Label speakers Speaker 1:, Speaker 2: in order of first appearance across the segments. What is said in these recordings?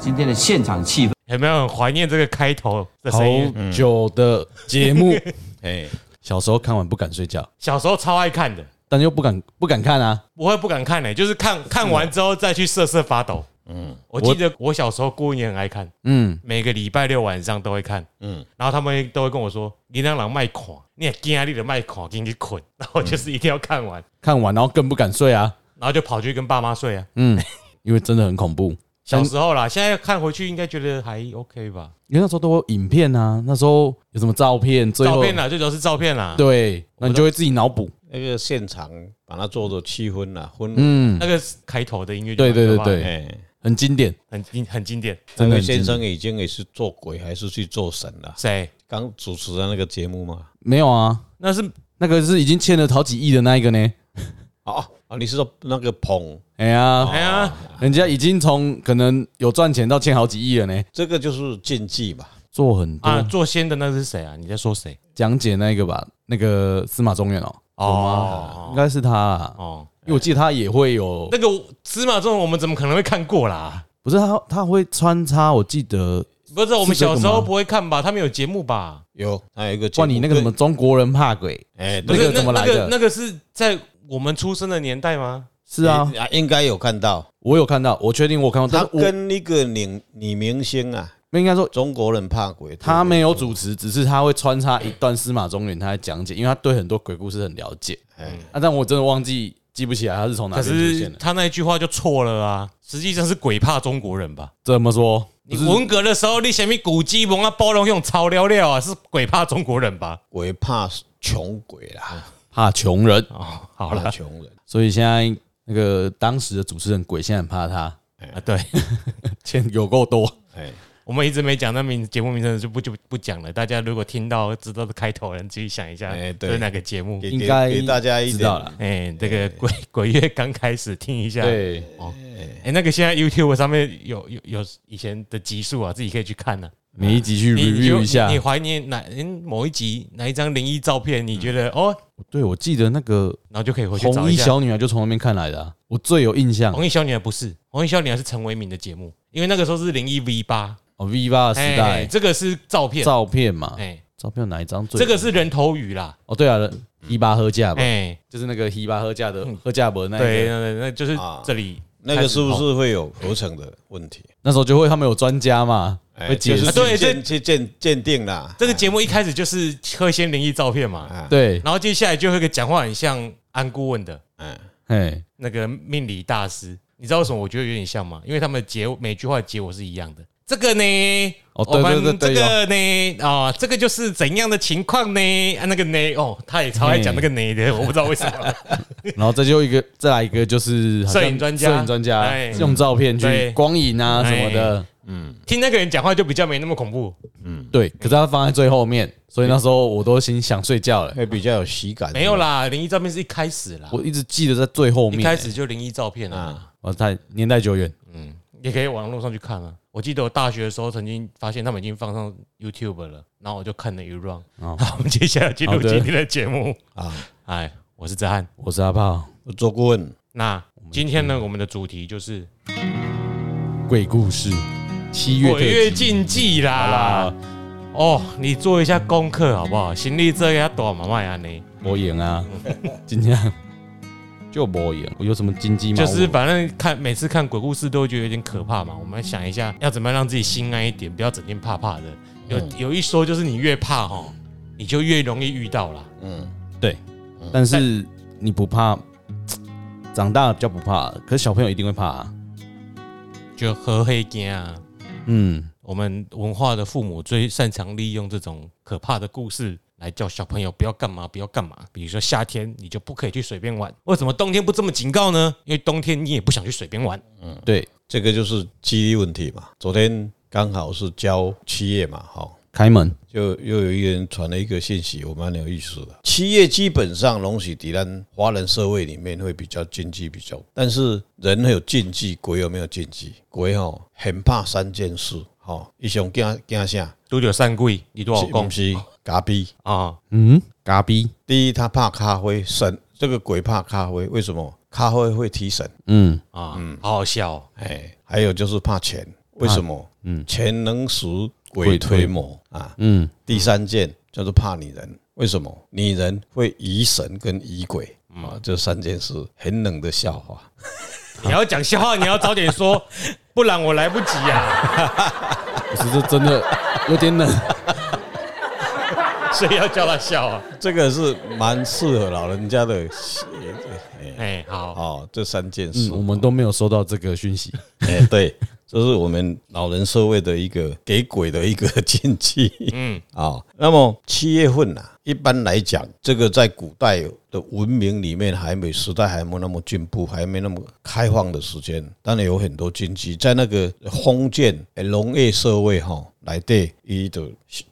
Speaker 1: 今天的现场气氛。
Speaker 2: 有没有很怀念这个开头的
Speaker 3: 好
Speaker 2: 声音？
Speaker 3: 久的 节目，
Speaker 4: 哎，
Speaker 3: 小时候看完不敢睡觉，
Speaker 2: 小时候超爱看的，
Speaker 3: 但又不敢不敢看啊。
Speaker 2: 不会不敢看呢、就是看看完之后再去瑟瑟发抖。嗯，我记得我小时候过年很爱看，
Speaker 3: 嗯，
Speaker 2: 每个礼拜六晚上都会看，嗯
Speaker 4: 嗯，
Speaker 2: 然后他们都会跟我说：“你让人卖垮，你也惊你的卖垮，给你捆。” 然后我就是一定要看完，
Speaker 3: 看完然后更不敢睡啊，
Speaker 2: 然后就跑去跟爸妈睡啊。
Speaker 3: 嗯因为真的很恐怖。
Speaker 2: 小时候啦，现在看回去应该觉得还 OK 吧？
Speaker 3: 因为那时候都有影片啊，那时候有什么照片，最后
Speaker 2: 照片啊啦，最主要是照片啦。
Speaker 3: 对，那你就会自己脑补。
Speaker 4: 那个现场把它做的气氛啊，氛围，
Speaker 3: 嗯，
Speaker 2: 那个开头的音乐就
Speaker 3: 对
Speaker 2: 蛮
Speaker 3: 对对
Speaker 2: 可怕的，
Speaker 3: 对，
Speaker 4: 哎，
Speaker 3: 很经典。
Speaker 2: 很经很经典。
Speaker 4: 那
Speaker 3: 真的
Speaker 4: 位
Speaker 3: 很经
Speaker 4: 先
Speaker 3: 典
Speaker 4: 生已经也是做鬼还是去做神了？
Speaker 2: 谁？
Speaker 4: 刚主持的那个节目嘛，
Speaker 3: 没有啊，
Speaker 2: 那是
Speaker 3: 那个是已经欠了好几亿的那一个呢。
Speaker 4: 哦哦，你是说那个捧
Speaker 3: 哎呀，
Speaker 2: 哎呀，
Speaker 3: 人家已经从可能有赚钱到欠好几亿了呢，
Speaker 4: 这个就是禁忌嘛？
Speaker 3: 做很
Speaker 2: 啊，
Speaker 3: 多
Speaker 2: 做仙的那是谁啊？你在说谁？
Speaker 3: 讲解那个吧，那个司马中原哦，应
Speaker 2: 哦
Speaker 3: 该是他啦，
Speaker 2: 哦，
Speaker 3: 因为我记得他也会有，
Speaker 2: 那个司马仲，我们怎么可能会看过啦？
Speaker 3: 不是他他会穿插，我记得
Speaker 2: 不是我们
Speaker 3: 是这个
Speaker 2: 小
Speaker 3: 吗
Speaker 2: 时候不会看吧？他们有节目吧？
Speaker 4: 有，还有一个节目
Speaker 3: 冠你那个什么，中国人怕鬼，
Speaker 4: 对哎，
Speaker 2: 不
Speaker 3: 那
Speaker 4: 对
Speaker 3: 个
Speaker 2: 是
Speaker 3: 怎么来
Speaker 2: 那
Speaker 3: 的
Speaker 2: 个那个是在我们出生的年代吗？
Speaker 3: 是啊，
Speaker 4: 啊，应该有看到
Speaker 3: 我有看到，我确定我看到，但
Speaker 4: 他
Speaker 3: 是我
Speaker 4: 跟那个女女明星啊，
Speaker 3: 应该说
Speaker 4: 中国人怕鬼，
Speaker 3: 他
Speaker 4: 们
Speaker 3: 没有主持，只是他会穿插一段司马中原他在讲解，因为他对很多鬼故事很了解。啊，但我真的忘记记不起来他是从哪
Speaker 2: 可
Speaker 3: 边出
Speaker 2: 是
Speaker 3: 现的。
Speaker 2: 他那一句话就错了啊！实际上是鬼怕中国人吧？
Speaker 3: 怎么说？
Speaker 2: 你文革的时候，你前面古鸡蒙啊包容用超聊聊啊，是鬼怕中国人吧？
Speaker 4: 鬼怕穷鬼啦，
Speaker 3: 怕穷人，
Speaker 2: 哦，好了
Speaker 4: 怕穷人。
Speaker 3: 所以现在那个当时的主持人鬼现在很怕他，
Speaker 2: 啊，对，
Speaker 3: 钱有够多。
Speaker 4: 哎，
Speaker 2: 我们一直没讲那名节目名称，就不就不讲了。大家如果听到知道的开头的人，自己想一下，这
Speaker 4: 哎对
Speaker 2: 是哪个节目？
Speaker 4: 给
Speaker 3: 应
Speaker 4: 给
Speaker 3: 该
Speaker 4: 给大家一
Speaker 3: 知
Speaker 4: 点
Speaker 3: 道了
Speaker 2: 哎，这个鬼 鬼月刚开始听一下，
Speaker 3: 对，
Speaker 2: 哎，那个现在 YouTube 上面有有有以前的集数啊，自己可以去看呢。
Speaker 3: 你一集去
Speaker 2: 你你
Speaker 3: review
Speaker 2: 就
Speaker 3: 一下
Speaker 2: 你。怀念哪嗯某一集哪一张灵异照片？你觉得哦，
Speaker 3: 对，我记得那个
Speaker 2: 然后就可以回去找
Speaker 3: 红
Speaker 2: 一
Speaker 3: 衣
Speaker 2: 下。
Speaker 3: 小女孩就从那边看来的啊，我最有印象。
Speaker 2: 红衣小女孩不是，红衣小女孩是陈为民的节目，因为那个时候是灵异 V 八
Speaker 3: 哦，V 八时
Speaker 2: 哎，
Speaker 3: 代
Speaker 2: 这个是照片，
Speaker 3: 照片嘛，
Speaker 2: 哎，
Speaker 3: 照片有哪一张最？
Speaker 2: 这个是人头鱼啦，
Speaker 3: 哦，对啊，一八喝价吧，
Speaker 2: 哎，嗯
Speaker 3: 就是那个一八喝价的喝价本那
Speaker 2: 对，
Speaker 3: 个。
Speaker 2: 那那那就是
Speaker 4: 啊
Speaker 2: 这里
Speaker 4: 那个是不是会有合成的问题？
Speaker 3: 那时候就会他们有专家嘛，
Speaker 4: 哎
Speaker 3: 会解
Speaker 4: 就是
Speaker 3: 释
Speaker 2: 啊对
Speaker 4: 去鉴去鉴鉴定啦。
Speaker 2: 这个节目一开始就是喝先灵异照片嘛，
Speaker 4: 啊，
Speaker 3: 对，
Speaker 2: 然后接下来就会有一个讲话很像安顾问的
Speaker 4: 嗯，
Speaker 3: 哎，
Speaker 2: 那个命理大师，你知道为什么我觉得有点像吗？因为他们的结每句话的结果是一样的。这个呢，
Speaker 3: 哦
Speaker 2: 我
Speaker 3: 对对
Speaker 2: 们这
Speaker 3: 对对
Speaker 2: 个呢，啊，这个就是怎样的情况呢？啊，那个呢，哦，他也超爱讲那个呢的，我不知道为什 么。
Speaker 3: 然后再就一个，再来一个就是好像
Speaker 2: 摄影专家
Speaker 3: 摄影专家
Speaker 2: 哎
Speaker 3: 用照片
Speaker 2: 对哎
Speaker 3: 去光影啊什么的，
Speaker 2: 听那个人讲话就比较没那么恐怖，
Speaker 3: 对。可是他放在最后面，所以那时候我都心想睡觉了。
Speaker 2: 哎
Speaker 4: 会比较有喜感。
Speaker 2: 没有啦，灵异照片是一开始啦，
Speaker 3: 我一直记得在最后
Speaker 2: 一
Speaker 3: 面，
Speaker 2: 开始就灵异照片啊。
Speaker 4: 啊，
Speaker 3: 我太年代久远，
Speaker 2: 也可以网络上去看啊。我记得我大学的时候曾经发现他们已经放上 YouTube 了，然后我就看了一 round。
Speaker 3: 哦
Speaker 2: 好，我们接下来进入
Speaker 3: 好的
Speaker 2: 今天的节目
Speaker 4: 啊。
Speaker 2: 哎，我是哲翰。
Speaker 3: 我是阿炮，
Speaker 4: 我做顾问，
Speaker 2: 那今天呢，我们的主题就是
Speaker 3: 鬼故事七月
Speaker 2: 鬼月
Speaker 3: 特辑，
Speaker 2: 禁忌啦。哦，你做一下功课好不好？行李这个要多妈妈呀你，
Speaker 3: 我赢啊，今天就我赢，我有什么经济吗？
Speaker 2: 就是反正看每次看鬼故事都会觉得有点可怕嘛。我们想一下，要怎么样让自己心安一点，不要整天怕怕的。有有一说就是你越怕吼，你就越容易遇到啦。
Speaker 4: 嗯，
Speaker 3: 但是你不怕，长大比较不怕，可是小朋友一定会怕、啊。
Speaker 2: 就喝黑惊啊。
Speaker 3: 嗯，
Speaker 2: 我们文化的父母最擅长利用这种可怕的故事来叫小朋友不要干嘛，不要干嘛。比如说夏天你就不可以去水边玩，为什么冬天不这么警告呢？因为冬天你也不想去水边玩。
Speaker 3: 对，
Speaker 4: 这个就是几率问题嘛。昨天刚好是交七月嘛，哈、
Speaker 3: 开门
Speaker 4: 就又有一个人传了一个信息，我蛮有意思的。七月基本上容许迪兰华人社会里面会比较禁忌比较，但是人有禁忌，鬼有没有禁忌？鬼哦，很怕三件事，哈、哦，一想惊惊啥？
Speaker 2: 都有哦三贵，你多少
Speaker 4: 不
Speaker 2: 公
Speaker 4: 是咖啡。
Speaker 2: 啊？
Speaker 3: 嘎逼，
Speaker 4: 第一，他怕咖啡神，这个鬼怕咖啡，为什么？咖啡会提神，
Speaker 3: 嗯，
Speaker 2: 啊，好好笑哦
Speaker 4: 哎，还有就是怕钱。为什么？嗯，钱能使鬼推磨啊。嗯，第三件叫做怕女人，为什么？女人会疑神跟疑鬼啊，这三件事很冷的笑话。
Speaker 2: 你要讲笑话，你要早点说，不然我来不及啊。
Speaker 3: 可是这真的有点冷，
Speaker 2: 所以要叫他笑啊。
Speaker 4: 这个是蛮适合老人家的。哎，
Speaker 2: 哎，好，
Speaker 4: 哦，这三件
Speaker 3: 嗯，
Speaker 4: 事
Speaker 3: 我们都没有收到这个讯息。
Speaker 4: 哎，对，这是我们老人社会的一个给鬼的一个禁忌。嗯， 啊，那么七月份呐、一般来讲，这个在古代的文明里面还没时代还没那么进步，还没那么开放的时间，当然有很多禁忌，在那个封建诶农业社会哈、来对伊的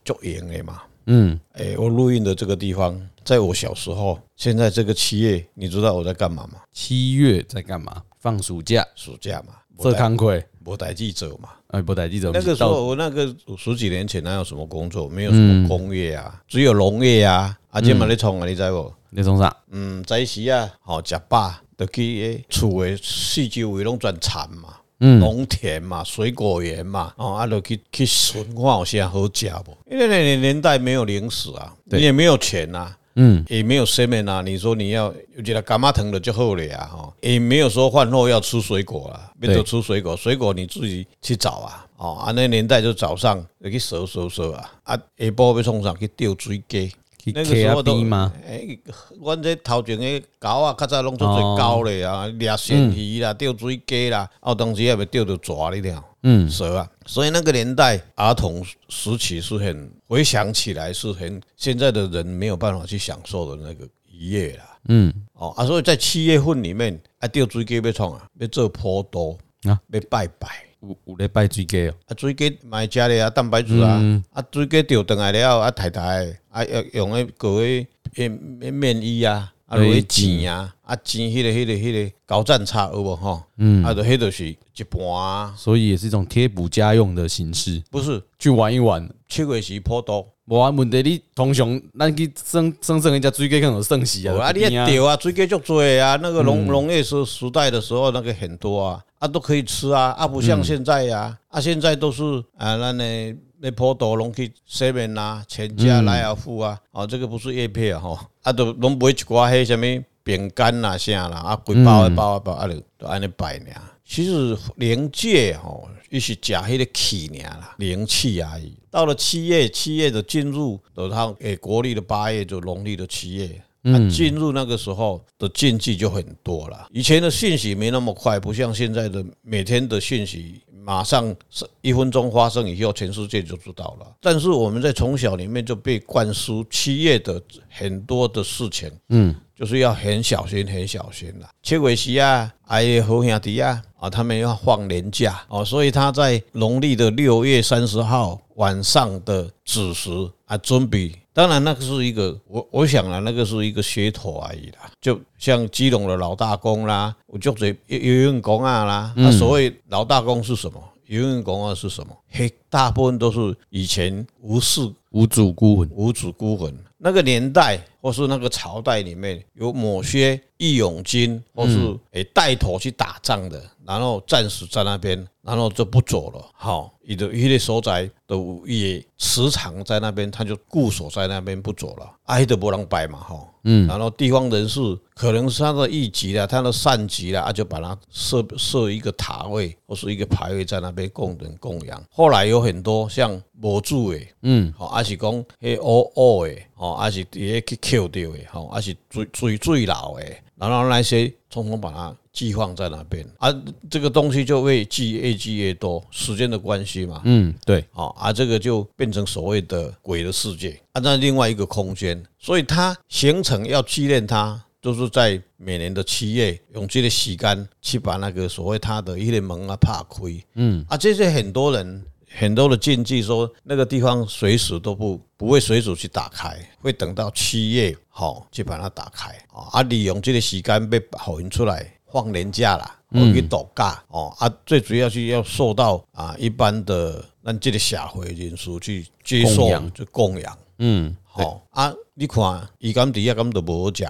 Speaker 4: 就严的嘛。
Speaker 3: 嗯，
Speaker 4: 哎、我录音的这个地方，在我小时候，现在这个七月，你知道我在干嘛吗？
Speaker 3: 七月在干嘛？放暑假，
Speaker 4: 暑假嘛，
Speaker 3: 这康亏。
Speaker 4: 我代记者嘛，
Speaker 3: 哎，不带记者，
Speaker 4: 那个时候我那个十几年前哪有什么工作，没有什么工业啊，只有农业啊。啊，今嘛咧创啊，你知无？
Speaker 3: 那种啥？
Speaker 4: 嗯，早时啊，吼食饱，就去迄厝诶四周围拢全田嘛，农田嘛，水果园嘛，哦，啊，就去去巡看有啥好食无？因为那个年代没有零食啊，你也没有钱啊。嗯，也没有 semen 啊，你说你要，我觉得干妈疼了就好了呀，哈，也没有说饭后要吃水果啦，变成吃水果，水果你自己去找啊，哦，啊那年代就早上就去踅踅踅啊，啊下晡要创啥去钓水鸡，
Speaker 3: 去
Speaker 4: 那个时候
Speaker 3: KRB
Speaker 4: 都
Speaker 3: 吗？
Speaker 4: 诶，阮这头前的狗啊，较早拢做
Speaker 3: 哦
Speaker 4: 做狗咧啊，掠鳝
Speaker 3: 嗯
Speaker 4: 鱼啦，钓水鸡啦，啊，有当时也未钓到蛇你了，嗯，蛇啊，所以那个年代儿童时期是很回想起来是很现在的人没有办法去享受的那个愉悦啦，
Speaker 3: 嗯，
Speaker 4: 哦啊，所以在七月份里面啊，钓水鸡要创啊，要做普渡
Speaker 3: 啊
Speaker 4: 啊，要拜拜。
Speaker 3: 五五礼拜追给哦，
Speaker 4: 啊，水鸡买食咧啊，蛋白质啊，啊，水鸡钓上来了后啊，太太啊，要用迄个迄迄面面衣啊，啊，落去煎啊，啊，煎迄个迄个迄个高赞叉有无吼？嗯，啊，就迄就是一盘啊，
Speaker 3: 所以也是一种贴补家用的形式，
Speaker 4: 不是
Speaker 3: 去玩一玩。
Speaker 4: 七月时普渡，
Speaker 3: 无啊，问题你通常咱去算算算人家追给可能剩死
Speaker 4: 哦
Speaker 3: 啊，嗯
Speaker 4: 啊，你
Speaker 3: 就
Speaker 4: 也
Speaker 3: 旁边
Speaker 4: 钓啊，水鸡足多的啊，那个农农业时时代的时候，那个很多啊，啊，都可以吃啊，啊，不像现在
Speaker 3: 嗯
Speaker 4: 啊，啊，现在都是啊，咱呢。那普渡拢去 seven 啊，全家
Speaker 3: 嗯
Speaker 4: 来啊富啊，哦，这个不是叶片吼，啊，都拢买一寡迄什么饼干啦、啥啦，啊，规
Speaker 3: 嗯
Speaker 4: 包一包一包，啊，就就安尼摆尔。其实灵界吼，伊是食迄个气尔啦，灵气而已。到了七月，七月就进入，就他诶，国历的八月，就农历的七月。啊，进入那个时候的禁忌就很多了。以前的讯息没那么快，不像现在的每天的讯息，马上是一分钟发生以后，全世界就知道了。但是我们在从小里面就被灌输七月的很多的事情，嗯，就是要很小心，很小心啦。切尾西啊，哎呀，侯兄弟啊，啊，他们要放年假哦，所以他在农历的六月三十号晚上的子时啊，准备。当然，那个是一个我我想啊，那个是一个噱头而已啦。就像基隆的老大公啦，我就这游游泳公啊啦，那、所谓老大公是什么？游泳公啊是什么？嘿，大部分都是以前无事
Speaker 3: 无主孤魂，
Speaker 4: 无主孤魂。那个年代或是那个朝代里面，有某些义勇军或是诶带头去打仗的，然后战死在那边，然后就不走了。好，伊的伊的所在都也时常在那边，他就固守在那边不走了，啊，伊就无人摆嘛吼。嗯，然后地方人士可能是他的义级啦，他的善级啦，啊，就把他设设一个塔位或是一个牌位在那边供人供养。后来有很多像魔主诶，嗯，吼，啊是讲迄乌乌诶，吼，啊是伫咧去捡着诶，吼，啊是水水水老诶，然后那些通通把它寄放在那边，啊，这个东西就会寄越寄越多，时间的关系嘛，
Speaker 3: 嗯，对，
Speaker 4: 哦啊，这个就变成所谓的鬼的世界啊，那另外一个空间，所以它形成要纪念它，就是在每年的七月用这个时间去把那个所谓它的一个门啊怕亏，嗯啊，这些很多人很多的禁忌说那个地方随时都不不会随手去打开，会等到七月好、去把它打开啊，啊利用这个时间被好人出来放年假啦。
Speaker 3: 嗯
Speaker 4: 哦，去度假哦啊，最主要是要受到啊一般的咱这个社会人士去接
Speaker 3: 供
Speaker 4: 受
Speaker 3: 养
Speaker 4: 就供养，
Speaker 3: 嗯，
Speaker 4: 好、啊，你看，伊敢底下根本都无好食？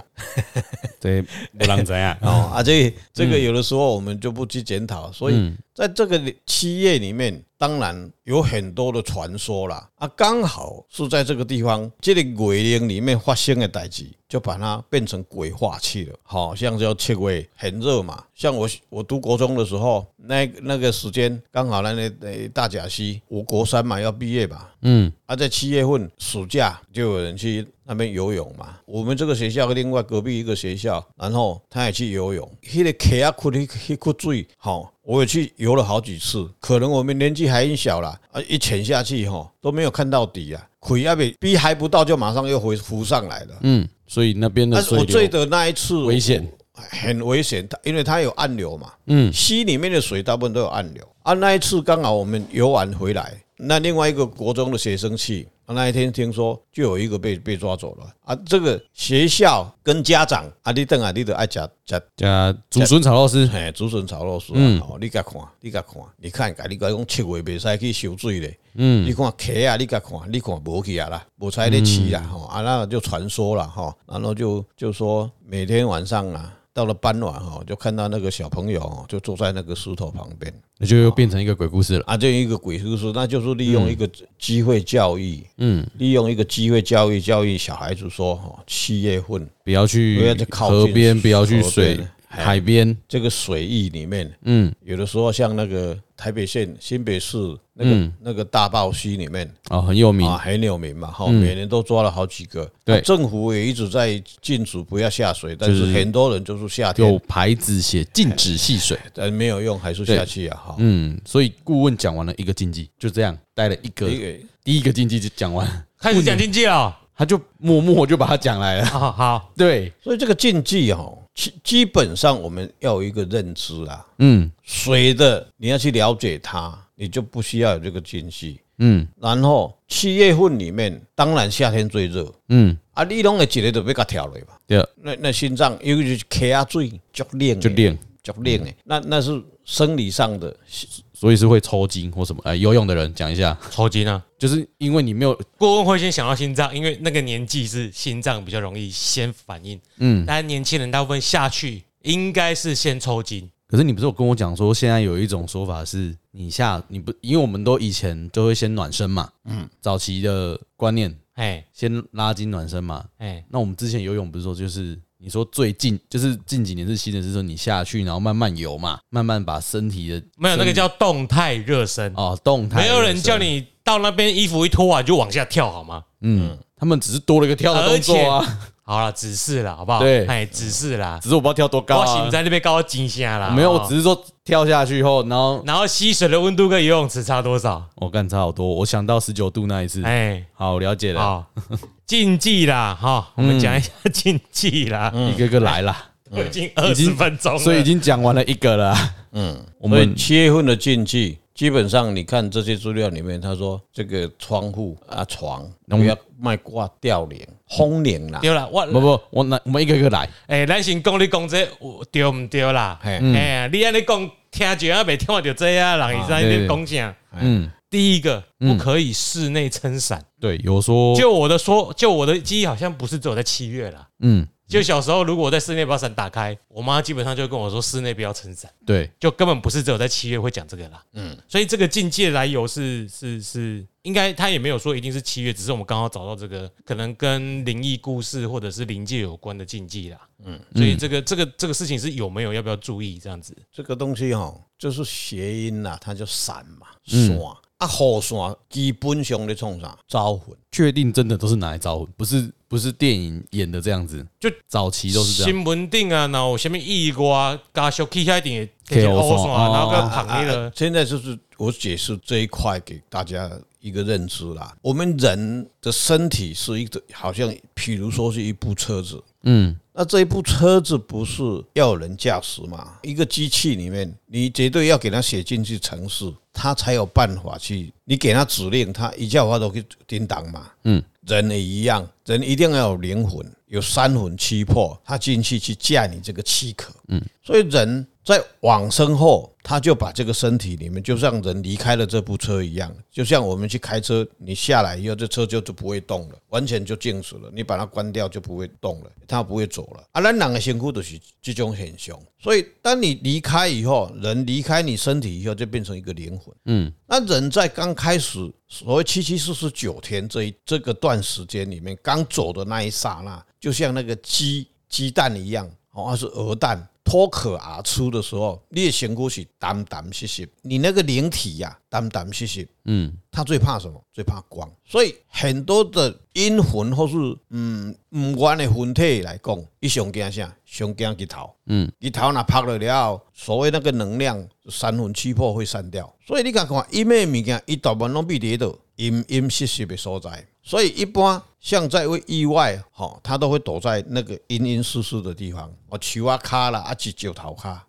Speaker 3: 对，不让怎样
Speaker 4: 哦啊，这这个有的时候我们就不去检讨，所以在这个七月里面，当然有很多的传说啦啊，刚好是在这个地方，这个鬼灵里面发生的代志，就把它变成鬼化去了。好、像叫七月很热嘛，像我我读国中的时候，那那个时间刚好那那那大甲溪，我国三嘛要毕业吧，
Speaker 3: 嗯，
Speaker 4: 啊，在七月份暑假就有人去那边游泳嘛。我们这个学校跟另外隔壁一个学校，然后他也去游泳，那个溪啊，窟里那窟水，好，我也去游了好几次。可能我们年纪还很小啦，啊，一潜下去哈都没有看到底啊，水啊被逼还不到，就马上又回浮上来了。
Speaker 3: 嗯，所以那边的
Speaker 4: 但是
Speaker 3: 水
Speaker 4: 啊我醉
Speaker 3: 流
Speaker 4: 的那一次我
Speaker 3: 危险，
Speaker 4: 很危险，它因为它有暗流嘛，
Speaker 3: 嗯，
Speaker 4: 溪里面的水大部分都有暗流啊。那一次刚好我们游玩回来，那另外一个国中的学生去，啊那一天听说就有一个被被抓走了啊。这个学校跟家长啊，你等啊，你得爱吃吃
Speaker 3: 加竹笋炒肉丝，
Speaker 4: 嘿，竹笋炒肉丝啊，哦，你甲看，你甲看，你看，甲你甲讲七月袂使去受水咧。嗯，你看溪啊，你甲看，你看无去啊啦，无采咧饲啦，吼、啊，那就传说啦，吼，然后就就说每天晚上啊，到了傍晚哈、就看到那个小朋友、哦、就坐在那个石头旁边，
Speaker 3: 那就又变成一个鬼故事了。
Speaker 4: 啊，这一个鬼叔叔，那就是利用一个机会教育，嗯，利用一个机会教育教育小孩子说，哈、七月份
Speaker 3: 不要
Speaker 4: 不要
Speaker 3: 去
Speaker 4: 去靠近
Speaker 3: 河边，不要去
Speaker 4: 河
Speaker 3: 水
Speaker 4: 边哎
Speaker 3: 海边，
Speaker 4: 这个水域里面，
Speaker 3: 嗯，
Speaker 4: 有的时候像那个台北县新北市那个、
Speaker 3: 嗯
Speaker 4: 那个大坝溪里面
Speaker 3: 哦，很有名
Speaker 4: 啊，，很有名嘛，哈，每年都抓了好几个。
Speaker 3: 嗯对
Speaker 4: 啊政府也一直在禁止不要下水，但
Speaker 3: 就是
Speaker 4: 是很多人就是夏
Speaker 3: 有
Speaker 4: 天，
Speaker 3: 牌子写禁止戏水。
Speaker 4: 但没有用，还是下去啊，哈。
Speaker 3: 嗯，所以顾问讲完了一个禁忌，就这样带了一个
Speaker 4: 一个
Speaker 3: 第一个禁忌就讲完，
Speaker 2: 开始讲经济了。
Speaker 3: 他就默默就把它讲来了。
Speaker 2: 好好，
Speaker 3: 对，
Speaker 4: 所以这个禁忌哈，基基本上我们要有一个认知啦，
Speaker 3: 嗯
Speaker 4: 水的你要去了解它，你就不需要有这个禁忌。
Speaker 3: 嗯
Speaker 4: 然后七月份里面，当然夏天最热
Speaker 3: 嗯，
Speaker 4: 啊，你拢会一个就要甲跳落嘛。
Speaker 3: 对，啊
Speaker 4: 那那心脏尤其是溪啊水，足冷的，
Speaker 3: 就练，
Speaker 4: 足冷的，那那是生理上的。
Speaker 3: 所以是会抽筋或什么。哎，游泳的人讲 一下，
Speaker 2: 抽筋啊！
Speaker 3: 就是因为你没有
Speaker 2: 顾问会先想到心脏，因为那个年纪是心脏比较容易先反应。嗯，但年轻人大部分下去应该是先抽筋。
Speaker 3: 可是你不是有跟我讲说，现在有一种说法是，你下你不，因为我们都以前就会先暖身嘛，嗯，早期的观念
Speaker 2: 哎
Speaker 3: 先拉筋暖身嘛。
Speaker 2: 哎，
Speaker 3: 那我们之前游泳不是说，就是你说最近就是近几年是新的是说你下去，然后慢慢游嘛，慢慢把身体的
Speaker 2: 没有那个
Speaker 3: 身体
Speaker 2: 叫动态热身，
Speaker 3: 哦动态，
Speaker 2: 没有人叫，你到那边衣服一脱完啊就往下跳好吗？
Speaker 3: 嗯，他们只是多了一个跳的动作啊，
Speaker 2: 好了，只是啦，好不好？
Speaker 3: 对
Speaker 2: 哎，只是啦，
Speaker 3: 只是我不知道跳多高
Speaker 2: 我心
Speaker 3: 啊，
Speaker 2: 在那边高惊吓啦。
Speaker 3: 没有，
Speaker 2: 好不好
Speaker 3: 我只是说跳下去后，然后
Speaker 2: 然后溪水的温度跟游泳池差多少？
Speaker 3: 我哦干差好多，我想到十九度那一次，
Speaker 2: 哎，
Speaker 3: 好了解了，
Speaker 2: 好，禁忌啦，
Speaker 3: 嗯
Speaker 2: 哈，我们讲一下禁忌啦。
Speaker 3: 一个一个来啦。
Speaker 2: 都已经嗯 二十分钟了，
Speaker 3: 嗯所以已经讲完了一个了啊。
Speaker 4: 嗯，
Speaker 3: 我
Speaker 4: 所以
Speaker 3: 们
Speaker 4: 七月份的禁忌，基本上你看这些资料里面，他说这个窗户啊床
Speaker 3: 我
Speaker 4: 不
Speaker 3: 们
Speaker 4: 要卖挂吊帘、风帘啦，
Speaker 2: 丢了。我
Speaker 3: 不不，我来，我们一个一个来。
Speaker 2: 哎，咱先讲你讲这有对唔对啦？
Speaker 4: 嘿
Speaker 2: 哎，你安尼讲听就啊，未听就这啊，人伊在那边讲啥？
Speaker 3: 嗯，
Speaker 2: 第一个不可以室内撑伞。
Speaker 3: 对，有说，
Speaker 2: 就我的说，就我的记忆好像不是只有在七月啦。
Speaker 3: 嗯，
Speaker 2: 就小时候，如果我在室内把伞打开，我妈基本上就会跟我说室内不要撑伞，
Speaker 3: 对，
Speaker 2: 就根本不是只有在七月会讲这个啦。嗯，所以这个境界来由是是是，应该他也没有说一定是七月，只是我们刚好找到这个可能跟灵异故事或者是灵界有关的禁忌啦。嗯，所以这个这个这个事情是有没有要不要注意这样子？
Speaker 4: 这个东西哈，就是谐音啦，它叫伞嘛，伞啊，雨伞基本上咧创啥？招魂。
Speaker 3: 确定真的都是拿来招魂，不是不是电影演的这样子，
Speaker 2: 就
Speaker 3: 早期都是这样。
Speaker 2: 新闻顶啊，然后有什么意外，加小气下一点，给
Speaker 3: 黑黑
Speaker 2: 欧
Speaker 3: 伞
Speaker 2: 爽，然后跟
Speaker 3: 哦
Speaker 2: 旁边的
Speaker 4: 啊现在就是我解释这一块给大家一个认知啦。我们人的身体是一个，好像譬如说是一部车子，
Speaker 3: 嗯，
Speaker 4: 那这一部车子不是要有人驾驶嘛？一个机器里面，你绝对要给它写进去程式，它才有办法去。你给它指令，它一叫话都去叮当嘛。
Speaker 3: 嗯，
Speaker 4: 人也一样，人一定要有灵魂，有三魂七魄，他进去去驾你这个躯壳。嗯，所以人在往生后，他就把这个身体里面，就像人离开了这部车一样，就像我们去开车，你下来以后，这车就就不会动了，完全就静止了。你把它关掉就不会动了，它不会走了。啊，咱人的辛苦就是这种现象。所以，当你离开以后，人离开你身体以后，就变成一个灵魂。那人在刚开始所谓七七四十九天这一这个段时间里面，刚走的那一刹那，就像那个鸡鸡蛋一样，哦，还是鹅蛋脱壳而出的时候，你的身躯是淡淡湿湿，你那个灵体呀、淡淡湿湿，
Speaker 3: 嗯，
Speaker 4: 他最怕什么？最怕光。所以很多的阴魂或是嗯唔愿的魂体来讲，伊上惊啥？上惊日头。嗯，日头若拍落了，所谓那个能量三魂七魄会散掉。所以你看看阴的物件，伊大部分拢避伫度阴阴湿湿的所在。所以一般像在为意外，吼、哦，它都会躲在那个阴阴湿湿的地方，哦，树啊卡啦，啊，一石头卡。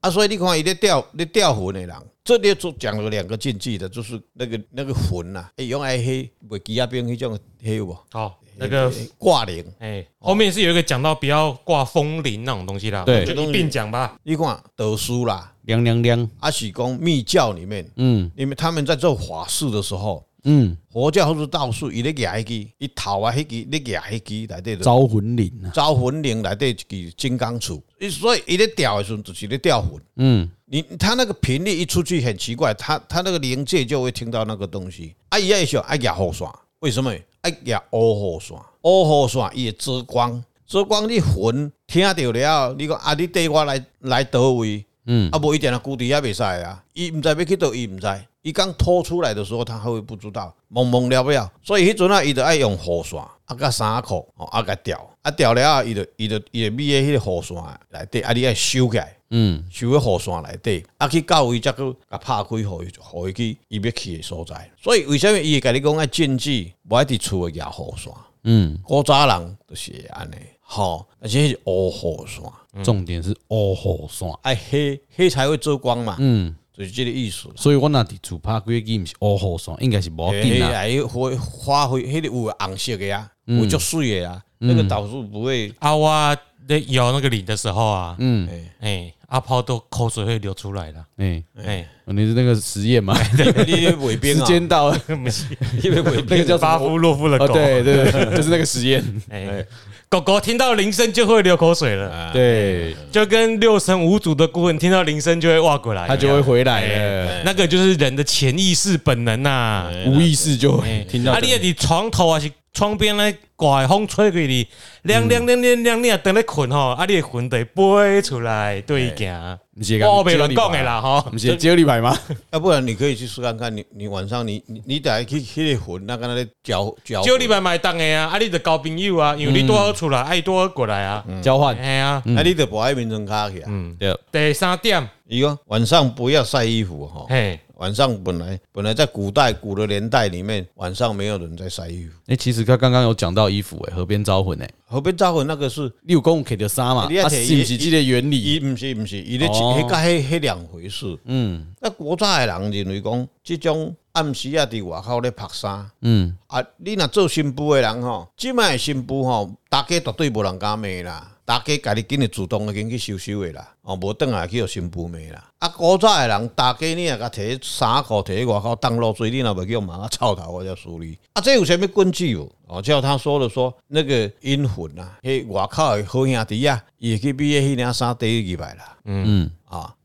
Speaker 4: 啊，所以你看，伊咧吊咧吊魂的人，这里就讲了两个禁忌的，就是那个那个魂呐、啊，会用爱黑袂鸡啊边迄种黑有无？
Speaker 2: 好，哦那个
Speaker 4: 挂铃，
Speaker 2: 哎，后面是有一个讲到不要挂风铃那种东西啦，
Speaker 3: 对
Speaker 2: 我们就一并讲吧。
Speaker 4: 你看德书啦，
Speaker 3: 凉凉凉，
Speaker 4: 啊是讲密教里面，
Speaker 3: 嗯
Speaker 4: 因为他们在做法事的时候，
Speaker 3: 嗯，
Speaker 4: 佛教或是道士，伊咧举迄支，伊头啊迄支，咧举迄支内底就
Speaker 3: 招魂铃啊，
Speaker 4: 招魂铃内底一支金刚杵，伊所以伊咧吊的时阵就是咧吊魂。
Speaker 3: 嗯，
Speaker 4: 你他那个频率一出去很奇怪，他他那个灵界就会听到那个东西。啊，伊爱想爱压雨伞，为什么？爱压乌雨伞，乌雨伞伊会遮光，遮光你魂听到了，你讲啊，你缀我来来倒位，嗯，啊，无一定啊，孤伫也袂使啊，伊毋知要去倒，伊毋知。伊刚拖出来的时候，他还会不知道，懵懵了不了，所以迄阵啊，伊就爱用雨伞，啊甲衫裤，哦啊甲吊，啊吊了后，伊就伊就伊就咪喺迄个雨伞内底，啊你爱收起来，
Speaker 3: 嗯，
Speaker 4: 收喺雨伞内底，啊去到位则去甲拍开，互伊互伊去伊要去的所在。所以为什么伊会甲你讲爱禁止，无爱伫厝诶举雨伞？
Speaker 3: 嗯，
Speaker 4: 古早人就是会安尼，吼，而且是乌雨伞，
Speaker 2: 嗯
Speaker 3: 重点是乌雨伞，
Speaker 4: 爱啊黑黑才会遮光嘛，
Speaker 3: 嗯，
Speaker 4: 就是即个意思啦。
Speaker 3: 所以我那伫厝拍几个毋是乌雨伞，应该是无要
Speaker 4: 迄
Speaker 3: 紧
Speaker 4: 个
Speaker 3: 啊，嗯
Speaker 4: 还有花花灰，迄个有红色的啊，有足水的啊，那个导数不会，
Speaker 2: 阿哇啊在摇那个铃的时候啊，嗯，
Speaker 4: 哎
Speaker 2: 哎，阿炮都口水会流出来了，
Speaker 3: 哎，
Speaker 2: 哎，
Speaker 3: 你是那个实验嘛？
Speaker 4: 你那尾边
Speaker 3: 时
Speaker 4: 啊，
Speaker 3: 间到了，
Speaker 2: 没事，
Speaker 4: 因为
Speaker 3: 那
Speaker 4: 尾
Speaker 3: 个
Speaker 4: 边
Speaker 3: 叫什
Speaker 2: 巴
Speaker 3: 么？
Speaker 2: 夫洛夫的
Speaker 3: 哦，
Speaker 2: 狗，
Speaker 3: 对对对，就是那个实验，
Speaker 2: 哎，啊狗狗听到铃声就会流口水了，
Speaker 3: 对，
Speaker 2: 就跟六神无主的孤魂听到铃声就会哇过来一样，
Speaker 3: 它就会回来了，
Speaker 2: 那个就是人的潜意识本能啊呐、
Speaker 3: 无意识就会听到
Speaker 2: 啊，。你也你床头啊是窗边咧刮风吹过你，凉凉凉凉凉，你啊等咧困吼，啊你的魂就会飞出来对伊行。
Speaker 3: 嗯不是
Speaker 2: 我袂乱讲的啦吼
Speaker 3: 不，是接力牌吗？
Speaker 4: 要啊不然你可以去试看看，你你晚上你你你得去去魂，那个那个搅搅，
Speaker 2: 就你买买当的啊，啊你就交朋友啊，因为你多好出来，爱多好过来啊，
Speaker 3: 交换
Speaker 2: 哎啊。
Speaker 3: 嗯
Speaker 4: 那你得不爱面层卡去啊。
Speaker 2: 嗯
Speaker 3: 对，
Speaker 2: 第三点，
Speaker 3: 哦
Speaker 4: 伊讲晚上不要晒衣服哈，
Speaker 2: 嘿，
Speaker 4: 晚上本来本来在古代古的年代里面，晚上没有人在晒衣服。
Speaker 3: 哎，其实他刚刚有讲到衣服诶，河边招魂诶，
Speaker 4: 后边招魂那个是，
Speaker 3: 你有讲有摕着衫嘛？
Speaker 4: 你也
Speaker 3: 啊，
Speaker 4: 摕
Speaker 3: 是不是这个原理？
Speaker 4: 伊毋是毋是，伊咧
Speaker 3: 哦
Speaker 4: 迄个迄迄两回事。
Speaker 3: 嗯
Speaker 4: 那古早的人认为讲，即种暗时啊伫外口咧晒衫，
Speaker 3: 嗯，
Speaker 4: 啊，你若做新妇的人吼，即卖的新妇吼，大家绝对无人敢骂啦，大家家己紧的主动的紧去收收的啦，哦，无转来去互新妇骂啦。啊，古早的人，大家你若甲摕衫裤摕去外口当落水，你若袂叫骂啊臭头，我才输你。啊，这有啥物根据无？哦，照他说的说，那个阴魂啊，迄外口的好兄弟啊，伊会去比迄领衫底入来啦。啊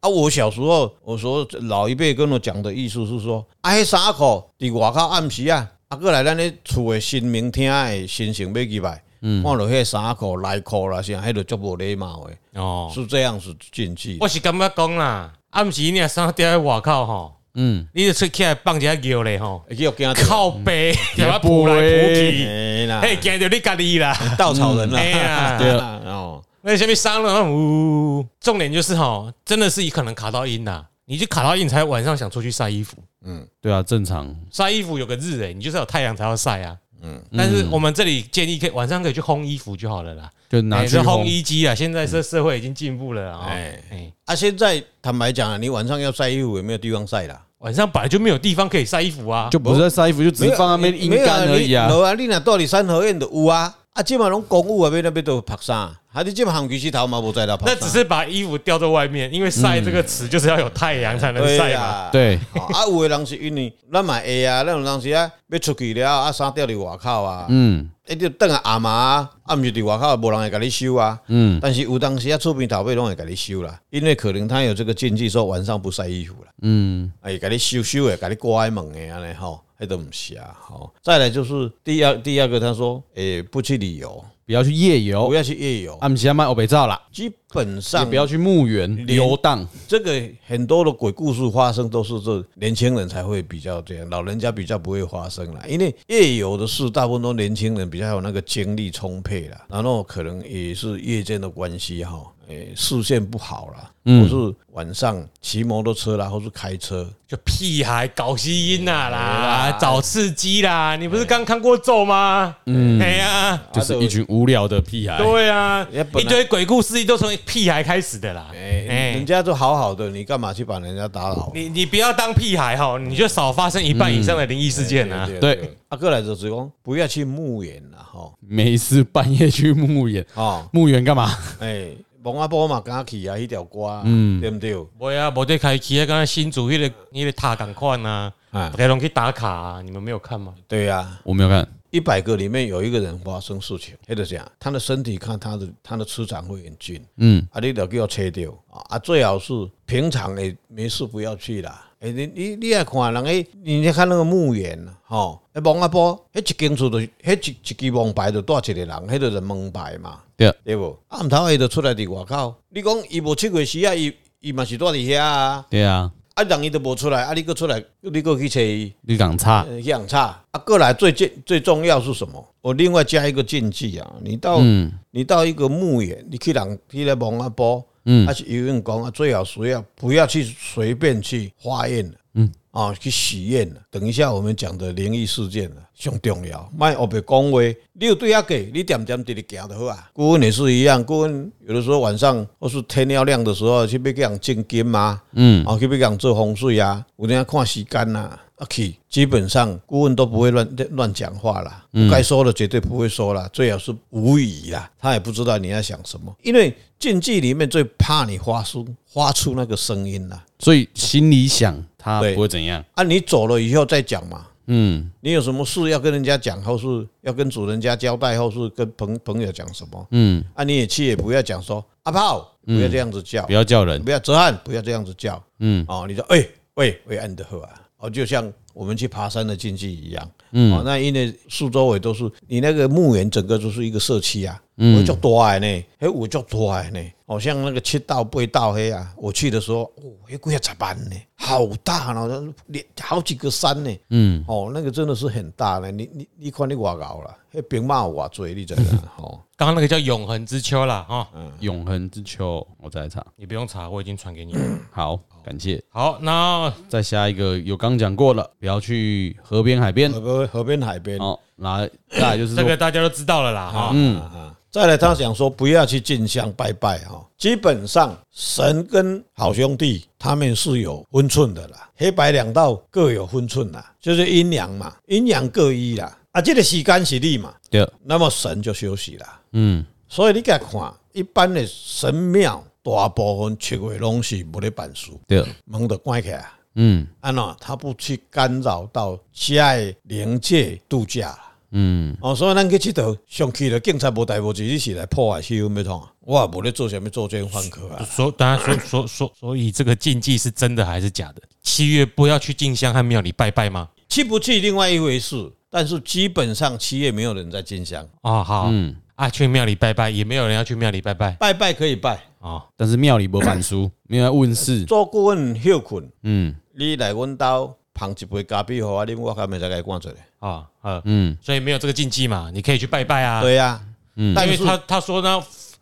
Speaker 4: 啊！我小时候，我说老一辈跟我讲的意思是说，啊，迄衫裤伫外口暗时啊，啊，过来咱咧厝诶新明厅诶新城要入来，
Speaker 2: 嗯
Speaker 4: 看到迄衫裤、内裤啦，啥，迄就足无礼貌诶，
Speaker 2: 哦，
Speaker 4: 是这样子禁忌。
Speaker 2: 我是感觉讲啦，暗时你啊三点在外口吼，嗯，你就出起来放一下尿咧吼，
Speaker 4: 会去互
Speaker 3: 嗯
Speaker 4: 惊到，
Speaker 2: 靠背， 然后扑来扑去，
Speaker 4: 哎啦，
Speaker 2: 嘿，惊着你家己啦，
Speaker 4: 稻草人
Speaker 3: 嗯
Speaker 2: 哎
Speaker 4: 啦，
Speaker 2: 呀，
Speaker 3: 对
Speaker 4: 啊哦，
Speaker 2: 那下面伤了，呜，重点就是哈，真的是可能卡到阴呐、你就卡到阴才晚上想出去晒衣服，
Speaker 4: 嗯
Speaker 3: 对啊，正常。
Speaker 2: 晒衣服有个日欸诶、你就是要有太阳才要晒啊。嗯，但是我们这里建议可以晚上可以去烘衣服就好了啦，
Speaker 3: 就拿
Speaker 2: 哎
Speaker 3: 去
Speaker 2: 这烘
Speaker 3: 烘
Speaker 2: 衣机啊，现在这社会已经进步了啊、哦。哎、
Speaker 4: 啊，现在坦白讲啊，你晚上要晒衣服，也没有地方晒啦。
Speaker 2: 晚上本来就没有地方可以晒衣服啊，
Speaker 3: 就不是在晒衣服，就只是放那边阴干而已啊
Speaker 4: 没。有啊，你若到你三合院就有啊，啊，即嘛拢公务啊，要那边都拍啥？还是即嘛行旗石头嘛无在那拍
Speaker 2: 那
Speaker 4: 啥？
Speaker 2: 只是把衣服吊在外面，因为晒这个词就是要有太阳才能
Speaker 4: 对
Speaker 2: 晒嘛。
Speaker 4: 啊，
Speaker 3: 对，
Speaker 4: 哦啊，有的人是因为咱嘛会啊，咱有当时啊要出去了啊，衫掉伫外口啊，
Speaker 3: 嗯
Speaker 4: 一直等下阿妈啊，啊，毋是伫外口无人会甲你收啊。
Speaker 3: 嗯
Speaker 4: 但是有当时啊，厝边头尾拢会甲你收啦，因为可能他有这个禁忌，说晚上不晒衣服啦，
Speaker 3: 嗯，
Speaker 4: 啊，会甲你收收的，甲你挂在门的安尼吼，迄都毋是啊，吼。再来就是第二第二个，他说，诶、不去旅游，
Speaker 3: 不要去夜
Speaker 4: 不
Speaker 3: 游，
Speaker 4: 要去夜游，
Speaker 3: 啊，不是要卖欧北照啦，
Speaker 4: 基本
Speaker 3: 也
Speaker 4: 上
Speaker 3: 不要去墓园
Speaker 4: 连
Speaker 3: 游荡。
Speaker 4: 这个很多的鬼故事发生都是这年轻人才会比较这样，老人家比较不会发生啦。因为夜游的事，大部分都年轻人比较有那个精力充沛啦，然后可能也是夜间的关系哈，诶，视线不好啦，
Speaker 2: 嗯
Speaker 4: 或是晚上骑摩托车啦，或是开车，
Speaker 2: 就屁孩搞吸音呐
Speaker 4: 哎
Speaker 2: 啦
Speaker 4: 啦，
Speaker 2: 找刺激啦！你不是刚看过咒吗？嗯，哎呀，
Speaker 3: 就是一群无聊的屁孩。
Speaker 2: 对啊
Speaker 4: 哎也，本
Speaker 2: 一
Speaker 4: 来
Speaker 2: 堆鬼故事都从屁孩开始的啦。
Speaker 4: 诶，人
Speaker 2: 哎，
Speaker 4: 家都好好的，你干嘛去把人家打扰？
Speaker 2: 你你不要当屁孩哈，你就少发生一半以上的
Speaker 4: 嗯
Speaker 2: 灵异事件啊。
Speaker 3: 对，
Speaker 4: 啊，过来就是讲不要去墓园啦， 吼，
Speaker 3: 没事，半夜去墓园，
Speaker 4: 哦，
Speaker 3: 墓园干嘛？
Speaker 4: 诶，蒙阿波嘛，敢哎去啊，迄条歌，
Speaker 2: 嗯
Speaker 4: 对不对？
Speaker 2: 我呀，我对开启啊，刚才新竹那个那个塔赶快啊，
Speaker 4: 啊，
Speaker 2: 白龙去打卡啊，你们没有看吗？
Speaker 4: 对啊呀、
Speaker 3: 我没有看，
Speaker 4: 一百个里面有一个人发生事情，那就是啊，他的身体看他的他的磁场会很近，
Speaker 3: 嗯，
Speaker 4: 啊，你得给我切掉啊，啊，最好是平常也没事不要去啦。哎、你你你也看人诶，你去看那个墓园啊吼，迄王阿婆，迄一间厝就，迄一一支王牌就带一个人，迄就是门牌嘛，
Speaker 3: 对，啊
Speaker 4: 对啊无？暗头伊就出来伫外口，你讲伊无七月时啊，伊伊嘛是住伫遐啊，
Speaker 3: 对啊，
Speaker 4: 啊人伊都无出来，啊你搁出来，你搁去找伊。
Speaker 3: 绿港差，
Speaker 4: 呃养差啊，过来最最最重要是什么？我另外加一个禁忌啊，你到、
Speaker 3: 嗯
Speaker 4: 你到一个墓园，你去人去来蒙阿波，
Speaker 3: 嗯
Speaker 4: 还是游泳讲啊，最好不要不要去随便去化验，嗯啊，去许愿了。等一下我们讲的灵异事件了，上重要，卖黑白讲话，你有对阿给，你点点直直行就好啊。顾问也是一样，顾问有的时候晚上或是天要亮的时候，去要给人进金嘛，
Speaker 3: 嗯，
Speaker 4: 啊，去要给人做风水啊，有人看时间呐、啊。啊去，基本上顾问都不会乱乱讲话啦，该说的绝对不会说啦，最好是无语啦，他也不知道你在想什么，因为禁忌里面最怕你发出发出那个声音啦，
Speaker 3: 所以心里想他
Speaker 4: 对
Speaker 3: 不会怎样。
Speaker 4: 啊，你走了以后再讲嘛，
Speaker 3: 嗯
Speaker 4: 你有什么事要跟人家讲，或是要跟主人家交代，或是跟朋朋友讲什么，
Speaker 3: 嗯，
Speaker 4: 啊，你也去也不要讲说阿炮，不要这样子叫
Speaker 3: 不，要叫人。
Speaker 4: 不要泽汉，不要这样子叫，
Speaker 3: 嗯，
Speaker 4: 哦，你说哎、喂喂，安德赫啊，哦，就像我们去爬山的禁忌一样，
Speaker 3: 嗯
Speaker 4: 哦，那因为树周围都是你那个墓园，整个就是一个社区啊，
Speaker 3: 嗯
Speaker 4: 我就多矮呢，哎，我就多矮呢，哦，像那个七道八道黑啊，我去的时候，哦，那贵要咋办呢？好大呢，连好几个山呢，
Speaker 3: 嗯，
Speaker 4: 哦，那个真的是很大呢，你你你看你外高啦，那兵马有偌多，你知道吗？哦，
Speaker 2: 刚刚那个叫永恒之秋啦，哈，
Speaker 4: 嗯
Speaker 3: 永恒之秋，我再来查。
Speaker 2: 你不用查，我已经传给你 了。
Speaker 3: 好，感谢。
Speaker 2: 好，那
Speaker 3: 再下一个，有刚讲过了，不要去河边、海边。
Speaker 4: 河边河边海边，啊
Speaker 3: 哦，来，再来就是
Speaker 2: 这
Speaker 3: 说
Speaker 2: 个大家都知道了啦，哈。
Speaker 4: 嗯啊，再来他想说不要去进香拜拜哈、基本上神跟好兄弟他们是有分寸的啦，黑白两道各有分寸啦，就是阴阳嘛，阴阳各一啦。啊，这个时间是力嘛，
Speaker 3: 对，
Speaker 4: 那么神就休息啦。
Speaker 3: 嗯
Speaker 4: 所以你甲看，一般的神庙大部分七月拢是无咧办事，
Speaker 3: 对，
Speaker 4: 门都关起来。
Speaker 3: 嗯
Speaker 4: 安那他不去干扰到家的灵界度假啦。
Speaker 3: 嗯
Speaker 4: 哦，所以咱去佚佗，上去了警察无代无志，你是来破坏气氛要创啊？我也无咧做啥物作奸犯科啊！
Speaker 2: 所当然所所所所以这个禁忌是真的还是假的？七月不要去进香和庙里拜拜吗？
Speaker 4: 去不去另外一回事，但是基本上七月没有人在进香，
Speaker 2: 哦，好，
Speaker 3: 嗯。
Speaker 2: 啊，去庙里拜拜也没有人要去庙里拜拜
Speaker 4: 拜拜可以拜，
Speaker 2: 哦，
Speaker 3: 但是庙里没板书，没有在问事。
Speaker 4: 做顾问休困，
Speaker 3: 嗯
Speaker 4: 你来阮兜捧一杯咖啡互我啉，我敢袂使甲伊赶出来。
Speaker 2: 哦，呃，
Speaker 3: 嗯
Speaker 2: 所以没有这个禁忌嘛，你可以去拜拜啊。
Speaker 4: 对啊，
Speaker 3: 嗯
Speaker 4: 但
Speaker 2: 因为
Speaker 4: 是
Speaker 2: 他他说呢，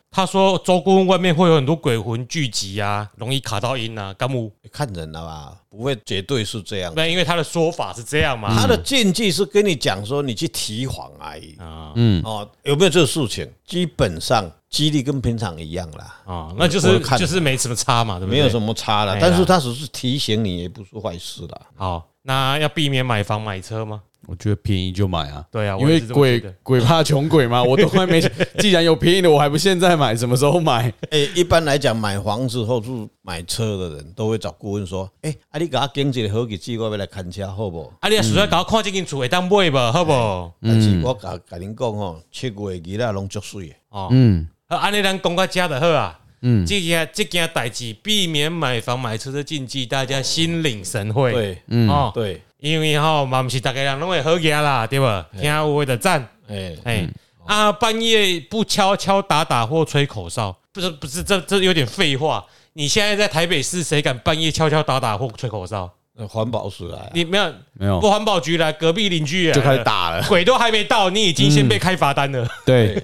Speaker 2: 他说周顾问外面会有很多鬼魂聚集啊，容易卡到音啊，干木。
Speaker 4: 看人了吧，不会绝对是这样。
Speaker 2: 那因为他的说法是这样嘛，
Speaker 4: 他的禁忌是跟你讲说，你去提防而已。
Speaker 2: 啊
Speaker 4: 哦，有没有这个事情？基本上几率跟平常一样啦，
Speaker 2: 啊，那就
Speaker 4: 我
Speaker 2: 是
Speaker 4: 有看
Speaker 2: 就是没什么差嘛，对不对？
Speaker 4: 没有什么差啦
Speaker 2: 哎。呀
Speaker 4: 但是他只是提醒你，也不是坏事 啦。
Speaker 2: 好，哦那要避免买房买车吗？
Speaker 3: 我觉得便宜就买啊。
Speaker 2: 对啊，
Speaker 3: 因
Speaker 2: 我也
Speaker 3: 为
Speaker 2: 是这么
Speaker 3: 鬼
Speaker 2: 觉得
Speaker 3: 鬼怕穷鬼 嘛，我都还没，既然有便宜的，我还不现在买，什么时候买？
Speaker 4: 诶、哎一般来讲，买房子或是买车的人都会找顾问说：“诶、啊，你给他经济好日子，我要来看车，好不好？”
Speaker 2: 啊，你实在搞看这间厝会当买吧，好不好？
Speaker 4: 但是我甲甲恁讲吼，七月日啦拢足水的，
Speaker 2: 哦，
Speaker 3: 嗯，
Speaker 2: 好，安尼咱讲到遮就好啊。嗯，这件这件代志，避免买房买车的禁忌，大家心领神会。，
Speaker 4: 对
Speaker 2: 嗯，哦，
Speaker 4: 对，
Speaker 2: 因为吼嘛，不是大家人拢会好嘢啦，对吧？听有的赞，
Speaker 4: 诶、
Speaker 2: 哎，啊，半夜不敲敲打打或吹口哨，不是不是，这这有点废话。你现在在台北市，谁敢半夜敲敲打打或吹口哨？
Speaker 4: 那环保署来啊，
Speaker 2: 你没有
Speaker 3: 没有
Speaker 2: 不环保局来，隔壁邻居也来
Speaker 3: 哦就开始
Speaker 2: 了，
Speaker 3: 打了。
Speaker 2: 鬼都还没到，你已经先被开罚单了。
Speaker 3: 对，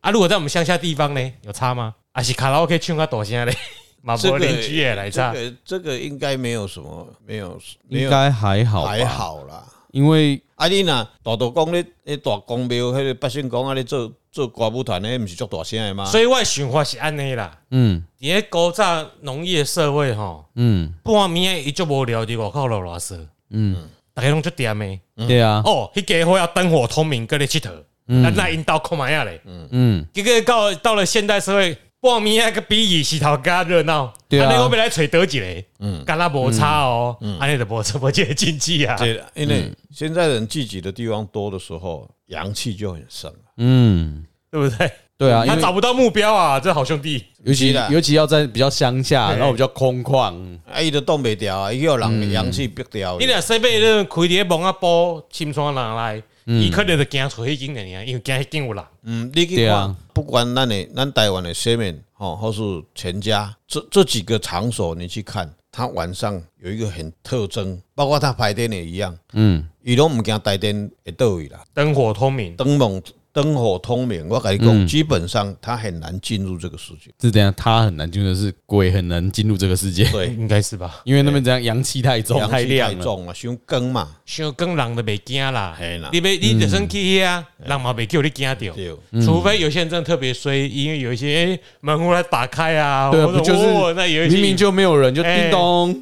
Speaker 2: 啊，如果在我们乡下地方呢，有差吗？啊，是卡拉 OK 唱个大声嘞，马博邻居也来
Speaker 4: 这
Speaker 2: 唱。
Speaker 4: 个这个应该没有什么，没有没
Speaker 3: 应
Speaker 4: 有
Speaker 3: 该还好，
Speaker 4: 还，好啦。
Speaker 3: 因为
Speaker 4: 啊，你若大道讲咧，咧大公庙迄个百姓讲啊，咧做做歌舞团咧，毋是足大声的吗？
Speaker 2: 所以我的想法是安尼啦，
Speaker 3: 嗯
Speaker 2: 伫咧古早农业社会吼，
Speaker 3: 嗯
Speaker 2: 半暝伊就无聊伫外口落落踅，
Speaker 3: 嗯，
Speaker 2: 逐个拢足店的。
Speaker 3: 对啊，
Speaker 2: 哦，迄家伙要灯火通明，跟咧佚佗，那那因兜看嘛呀嘞。
Speaker 3: 嗯，
Speaker 2: 结果到到了现代社会，半暝啊个比二是头家热闹，
Speaker 3: 对啊嗯
Speaker 2: 安尼我要来揣倒一个，嗯，干那无差哦，安尼就无什么这个禁忌啊。
Speaker 4: 对啦，因为现在人聚集的地方多的时候，阳气就很盛啊了。
Speaker 3: 嗯，
Speaker 2: 对不对？
Speaker 3: 对啊，因
Speaker 2: 他
Speaker 3: 为
Speaker 2: 找不到目标啊，这好兄弟。
Speaker 3: 尤其
Speaker 4: 是啦
Speaker 3: 尤其要在比较乡下，然后比较空旷，
Speaker 4: 啊，伊都挡袂牢啊，伊叫人阳气逼掉。
Speaker 2: 嗯
Speaker 4: 嗯
Speaker 2: 你若西北你开伫蒙啊波深山人来，
Speaker 3: 嗯
Speaker 2: 伊可能就惊出迄间人啊，因为惊迄间有人。
Speaker 4: 嗯，你去
Speaker 3: 对
Speaker 4: 看
Speaker 3: 啊，
Speaker 4: 不管咱的咱台湾的 Seven 哦，或是全家，这这几个场所你去看，它晚上有一个很特征，包括它排电也一样，
Speaker 3: 嗯，
Speaker 4: 伊拢毋惊台电会倒去啦，
Speaker 2: 灯火通明，
Speaker 4: 灯笼灯火通明，我跟
Speaker 3: 嗯
Speaker 4: 你讲，基本上它很难进入这个世 界。
Speaker 3: 是这样，他很难进入，是鬼很难进入这个世界，
Speaker 4: 对，
Speaker 2: 应该是吧？
Speaker 3: 因为那边这样阳气太重
Speaker 4: 阳
Speaker 3: 太
Speaker 4: 气
Speaker 3: 亮
Speaker 4: 太
Speaker 3: 了，
Speaker 4: 重啊，伤光嘛，
Speaker 2: 像跟人都袂惊啦
Speaker 4: 嘿啦，
Speaker 2: 你袂
Speaker 3: 嗯
Speaker 2: 你就算去遐，人嘛袂叫你惊着。
Speaker 4: 对，
Speaker 2: 除非有些人真的特别衰，因为有一些哎门户来打开啊，
Speaker 3: 对啊，
Speaker 2: 或者
Speaker 3: 不就
Speaker 2: 哦那有
Speaker 3: 是
Speaker 2: 一些
Speaker 3: 明明就没有人，就
Speaker 2: 哎
Speaker 3: 叮咚，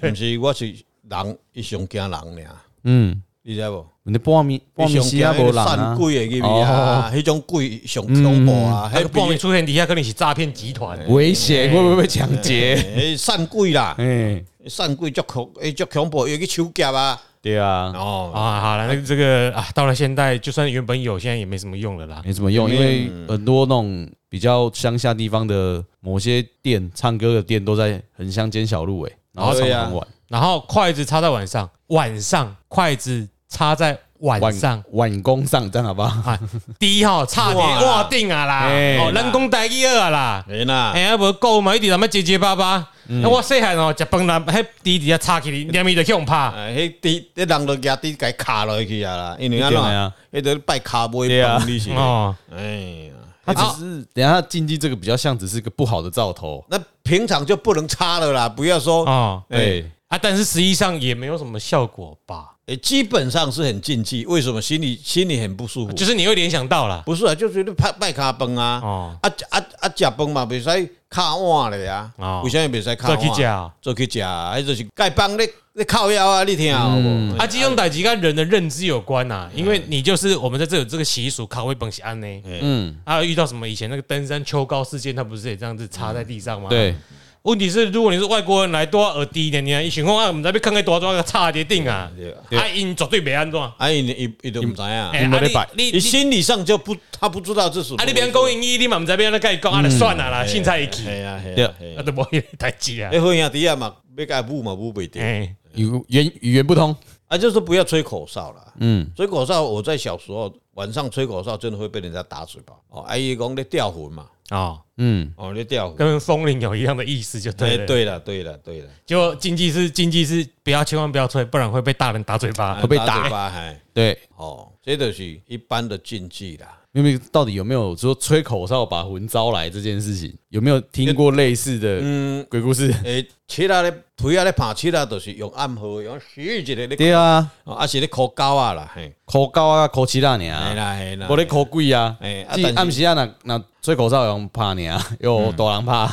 Speaker 4: 毋是，我是人，伊上惊人尔，
Speaker 3: 嗯，
Speaker 4: 你知无？
Speaker 3: 你半米半米
Speaker 4: 伊
Speaker 3: 西啊，
Speaker 4: 那
Speaker 3: 无
Speaker 4: 个
Speaker 3: 人啊哦
Speaker 4: 散，鬼的入去啊，迄种鬼上恐怖啊，
Speaker 3: 嗯
Speaker 2: 那个
Speaker 4: 迄个
Speaker 2: 报
Speaker 4: 比
Speaker 2: 名出现底下可能是诈骗集团。
Speaker 3: 危险，会不会被抢劫？
Speaker 4: 诶，散鬼啦，
Speaker 3: 哎，
Speaker 4: 散鬼足恐，诶，足恐怖，有去手夹啊，
Speaker 3: 对啊，
Speaker 4: 哦，
Speaker 2: 啊，好了，那个这个啊，到了现代，就算原本有，现在也没什么用了啦。
Speaker 3: 没什么用，因为很多那种比较乡下地方的某些店，唱歌的店都在很乡间小路哎、然后常
Speaker 4: 对啊
Speaker 3: 常晚
Speaker 2: 然后筷子插在碗上，晚上筷子插在碗上
Speaker 3: 晚。晚工上，这样好不好？
Speaker 2: 啊，第一吼差点
Speaker 4: 哇
Speaker 2: 哇定啊啦，
Speaker 3: 嘿
Speaker 2: 哦，
Speaker 4: 啦
Speaker 2: 人工代志二啦，
Speaker 4: 没啦
Speaker 2: 哎，，啊无够嘛，一直他妈结结巴巴。那我细汉哦，食饭啦，迄滴底下啊插起，连咪就去互拍。
Speaker 4: 哎，迄滴，迄人都夹滴，给卡落去啊啦，因为安
Speaker 3: 一定的啊
Speaker 4: 怎，迄个拜卡
Speaker 3: 对
Speaker 4: 尾
Speaker 3: 啊
Speaker 4: 帮你是，
Speaker 2: 哦，
Speaker 4: 哎呀，
Speaker 3: 他只是等一下他禁忌这个比较像，只是个不好的兆头。
Speaker 4: 那平常就不能插了啦，不要说，
Speaker 2: 哦
Speaker 4: 哎，
Speaker 3: 对，
Speaker 2: 啊，但是实际上也没有什么效果吧，
Speaker 4: 诶哎基本上是很禁忌，为什么心里心里很不舒服？
Speaker 2: 啊就是你会联想到啦。
Speaker 4: 不是啊，就觉得拜拜卡崩啊，
Speaker 2: 哦
Speaker 4: 啊啊啊！食饭嘛袂使敲碗咧啊
Speaker 2: 哦，
Speaker 4: 为啥物袂使
Speaker 2: 做
Speaker 4: 敲碗？
Speaker 2: 去食哦
Speaker 4: 做去食啊，迄就是丐帮咧咧靠腰啊，你听有无？
Speaker 2: 啊，这种代志跟人的认知有关呐、因为你就是我们在这有这个习俗，卡位本是安呢。
Speaker 3: 嗯，
Speaker 2: 啊，遇到什么以前那个登山秋高事件，他不是也这样子插在地上吗？。
Speaker 3: 对，
Speaker 2: 问题是，如果你是外国人来，多耳低一点，你一想讲啊，我们这边看看多少个差跌定啊，
Speaker 4: 对啊
Speaker 2: 啊，因绝对袂安怎。
Speaker 4: 啊，伊伊伊都毋知影，
Speaker 2: 哎
Speaker 3: 没得摆
Speaker 2: 啊你你
Speaker 4: 伊
Speaker 2: 你
Speaker 4: 心理上就不他不知道这是
Speaker 2: 啊，你别讲英语，你嘛唔知边个甲伊讲，啊，就算啦啦，凊彩伊去，
Speaker 4: 系啊系
Speaker 3: 对
Speaker 4: 啊，嘿
Speaker 2: 啊，
Speaker 4: 啊
Speaker 2: 都无迄个代志啊
Speaker 4: 你。好兄弟啊嘛，要甲舞嘛舞袂着，
Speaker 2: 哎，
Speaker 3: 语言语言不通。
Speaker 4: 啊，就是不要吹口哨啦。
Speaker 3: 嗯，
Speaker 4: 吹口哨，我在小时候晚上吹口哨，真的会被人家打嘴巴。哦，阿姨讲咧吊魂嘛，
Speaker 2: 哦，
Speaker 3: 嗯，
Speaker 4: 哦咧吊魂。
Speaker 2: 跟风铃有一样的意思，就对
Speaker 4: 哎，
Speaker 2: 了。
Speaker 4: 对了对了对了，
Speaker 2: 就禁忌是禁忌是不要千万不要吹，不然
Speaker 4: 嗯
Speaker 2: 会被大人打嘴巴。
Speaker 3: 会被打
Speaker 4: 啊嘴巴，嘿
Speaker 3: 对，
Speaker 4: 哦，这就是一般的禁忌啦。
Speaker 3: 因为到底有没有说吹口哨把魂招来这件事情，有没有听过类似
Speaker 4: 嗯
Speaker 3: 的鬼故事？
Speaker 4: 诶，七仔咧，腿仔咧拍七仔，就是用暗号，用虚一个咧，
Speaker 3: 对啊，
Speaker 4: 啊是咧靠狗啊啦，嘿，
Speaker 3: 口高啊，口气大你
Speaker 4: 系
Speaker 3: 啊，
Speaker 4: 哎啦系啦
Speaker 3: 我，咧口贵啊
Speaker 4: 哎啊，
Speaker 3: 即
Speaker 4: 但是嗯
Speaker 3: 暗时啊，那那吹口哨有人怕你啊，有多人怕，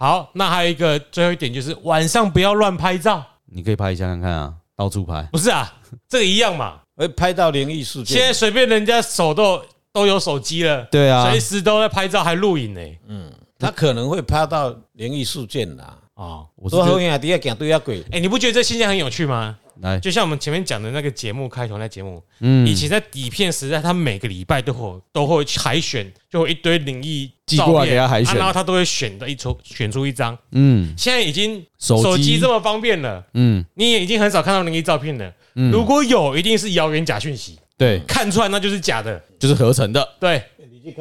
Speaker 2: 好，那还有一个最后一点就是晚上不要乱拍照，
Speaker 3: 你可以拍一下看看啊，到处拍。
Speaker 2: 不是啊，这个一样嘛。
Speaker 4: 会拍到灵异事
Speaker 2: 现
Speaker 4: 件
Speaker 2: 在，随便人家手都有都有手机了，
Speaker 3: 对啊
Speaker 2: 随时都在拍照还录影呢。
Speaker 4: 他可能会拍到灵异事件啦。
Speaker 2: 哦，
Speaker 3: 我是
Speaker 4: 说
Speaker 3: 觉
Speaker 4: 好
Speaker 3: 得
Speaker 4: 兄弟啊，行对啊鬼，
Speaker 2: 哎，你不觉得这现象很有趣吗？
Speaker 3: 来，
Speaker 2: 就像我们前面讲的那个节目开头那节目，
Speaker 3: 嗯
Speaker 2: 以前在底片时代，他每个礼拜都会有都会去海选，就有一堆灵异
Speaker 3: 寄
Speaker 2: 照
Speaker 3: 过来
Speaker 2: 片
Speaker 3: 给他海选
Speaker 2: 啊然后他都会选的一出选出一张。
Speaker 3: 嗯
Speaker 2: 现在已经
Speaker 3: 手机
Speaker 2: 手机这么方便了，
Speaker 3: 嗯，
Speaker 2: 你也已经很少看到灵异照片了。如果有，一定是谣言假讯息，
Speaker 4: 嗯
Speaker 3: 对，
Speaker 2: 看出来那就是假的。
Speaker 3: 就是合成的，
Speaker 2: 对，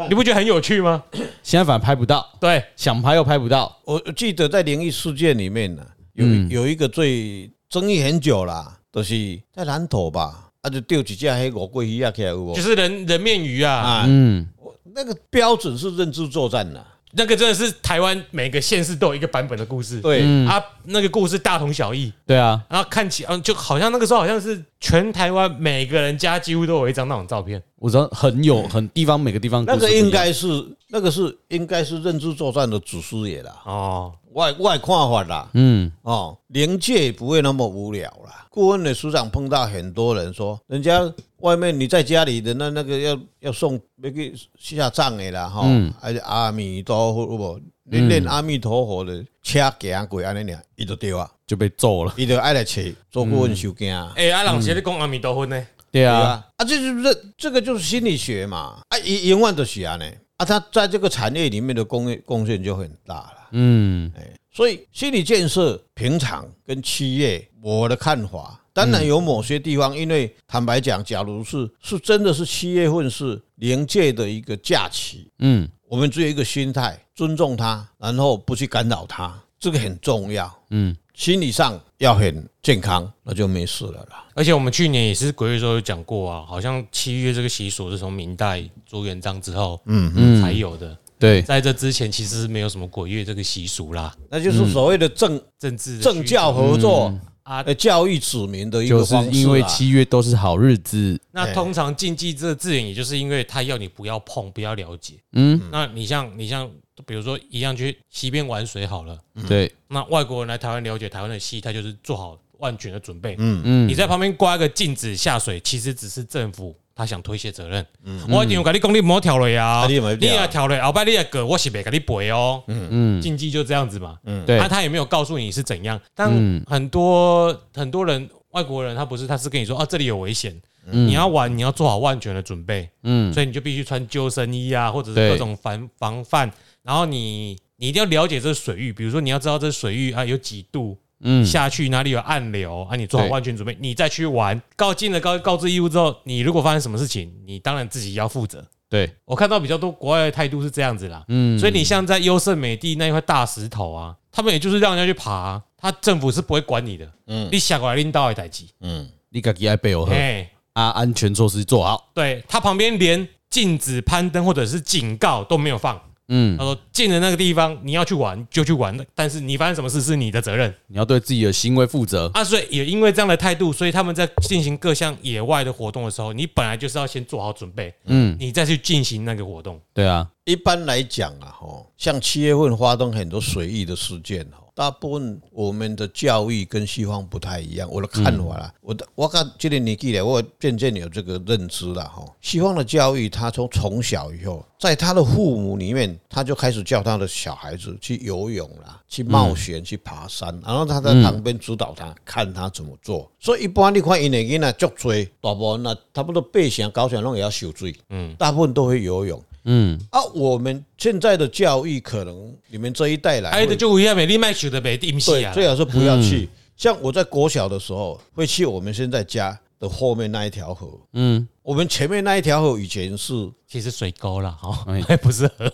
Speaker 2: 你不觉得很有趣吗？
Speaker 3: 现在反而拍不到，
Speaker 2: 对，
Speaker 3: 想拍又拍不到。
Speaker 4: 我我记得在灵异事件里面呢、有一有一个最争议很久啦，就是在南投吧，啊就钓几只黑五桂鱼啊起来有无
Speaker 2: 就？是人人面鱼啊，
Speaker 4: 啊，
Speaker 3: 嗯，
Speaker 4: 那个标准是认知作战啦。
Speaker 2: 那个真的是台湾每个县市都有一个版本的故事。
Speaker 4: 对，
Speaker 3: 嗯
Speaker 2: 啊，那个故事大同小异，
Speaker 3: 对啊，
Speaker 2: 然后看起嗯，就好像那个时候好像是全台湾每个人家几乎都有一张那种照片。
Speaker 3: 我知道很有很地方每个地方
Speaker 4: 那
Speaker 3: 故事
Speaker 4: 个
Speaker 3: 不一样
Speaker 4: 应该是那个是应该是认知作战的祖师爷啦，
Speaker 2: 哦，
Speaker 4: 外外看法啦。
Speaker 3: 嗯
Speaker 4: 哦，灵界不会那么无聊啦。顾问的署长碰到很多人说，人家外面你在家里的那那个要要送那个下葬的啦，哈、
Speaker 3: 嗯
Speaker 4: 还是阿弥陀佛不？你念阿弥陀佛的车行过安尼尔，伊就对啊，
Speaker 3: 就被揍了。
Speaker 4: 伊就爱来找做顾问收惊啊。
Speaker 2: 哎，阿朗杰的公阿弥陀佛呢？
Speaker 3: 嗯对
Speaker 4: 对
Speaker 3: 啊，
Speaker 4: 啊，啊，这就是这这个就是心理学嘛，啊，一永远都是啊呢，啊，他在这个产业里面的贡献贡献就很大了。
Speaker 3: 嗯
Speaker 4: 所以心理建设平常跟企业，我的看法，当然有某些地方，因为坦白讲，假如是是真的是七月份是灵界的一个假期，
Speaker 3: 嗯，
Speaker 4: 我们只有一个心态，尊重它，然后不去干扰它，这个很重要。
Speaker 3: 嗯，
Speaker 4: 心理上要很健康，那就没事了啦。
Speaker 2: 而且我们去年也是鬼月的时候有讲过啊，好像七月这个习俗是从明代朱元璋之后，嗯嗯才有的，
Speaker 3: 对，
Speaker 2: 在这之前其实是没有什么鬼月这个习俗啦，
Speaker 4: 那就是
Speaker 3: 嗯
Speaker 4: 所谓的政
Speaker 2: 政治的
Speaker 4: 政
Speaker 2: 需求
Speaker 4: 教合作
Speaker 2: 啊
Speaker 4: 呃，教育子民的一个
Speaker 3: 就是
Speaker 4: 方式啦
Speaker 3: 因为七月都是好日子。
Speaker 2: 那通常禁忌这个字眼，也就是因为他要你不要碰，不要了解。
Speaker 3: 嗯，
Speaker 2: 那你像你像，比如说一样去西边玩水好了，
Speaker 3: 对，
Speaker 2: 那外国人来台湾了解台湾的戏，他就是做好万全的准备。
Speaker 3: 嗯
Speaker 2: 你在旁边挂一个禁止下水，其实只是政府他想推卸责任。我一定有跟你讲，你莫跳雷啊，
Speaker 4: 啊
Speaker 2: 你
Speaker 4: 你也没跳
Speaker 2: 也跳雷，后摆你也过，我是没跟你赔哦。
Speaker 3: 嗯，啊
Speaker 2: 禁忌就这样子嘛。
Speaker 3: 对
Speaker 2: 他，他也没有告诉你是怎样。但
Speaker 3: 嗯
Speaker 2: 很多很多人外国人他不是，他是跟你说啊，这里有危险，你要玩你要做好万全的准备，
Speaker 3: 嗯
Speaker 2: 所以你就必须穿救生衣啊，或者是
Speaker 3: 对
Speaker 2: 各种防防范。然后你你一定要了解这个水域，比如说你要知道这水域啊有几度。
Speaker 3: 嗯，
Speaker 2: 下去哪里有暗流啊？你做好
Speaker 3: 对
Speaker 2: 万全准备，你再去玩。告进了告告知义务之后，你如果发生什么事情，你当然自己要负责。
Speaker 3: 对，
Speaker 2: 我看到比较多国外的态度是这样子啦，
Speaker 3: 嗯，
Speaker 2: 所以你像在优胜美地那一块大石头啊，他们也就是让人家去爬、啊他政府是不会管你的。嗯，你下过来拎到的代机，
Speaker 4: 嗯，
Speaker 3: 你自己爱背我喝
Speaker 2: 哎，
Speaker 3: 啊，安全措施做好。
Speaker 2: 对他旁边连禁止攀登或者是警告都没有放。
Speaker 3: 嗯
Speaker 2: 他，说进了那个地方，你要去玩就去玩，但是你发生什么事是你的责任
Speaker 3: 你要对自己的行为负责。
Speaker 2: 啊。所以也因为这样的态度，所以他们在进行各项野外的活动的时候，你本来就是要先做好准备，
Speaker 3: 嗯，
Speaker 2: 你再去进行那个活动。
Speaker 3: 对啊，
Speaker 4: 一般来讲啊，吼，像七月份发生很多随意的事件哦，大部分我们的教育跟西方不太一样。我的看法啦，我的我看这个年纪了，我渐渐有这个认知了哈。西方的教育，他从从小以后，在他的父母里面，他就开始教他的小孩子去游泳啦，去冒险，去爬山，然后他在旁边指导他，看他怎么做。所以一般你看因的囡仔足多，大部分啊差不多八成九成拢也要受水，嗯，大部分都会游泳。
Speaker 3: 嗯，
Speaker 4: 啊，我们现在的教育可能你们这一代来
Speaker 2: 哎，
Speaker 4: 会，
Speaker 2: 这就一样，美丽麦球的美地不是
Speaker 4: 对，
Speaker 2: 啊，
Speaker 3: 嗯
Speaker 4: 最好是不要去。像我在国小的时候，会去我们现在家的后面那一条河。
Speaker 3: 嗯，
Speaker 4: 我们前面那一条河以前是
Speaker 2: 其实水沟啦，哈
Speaker 3: 哎，
Speaker 2: 还 不是河，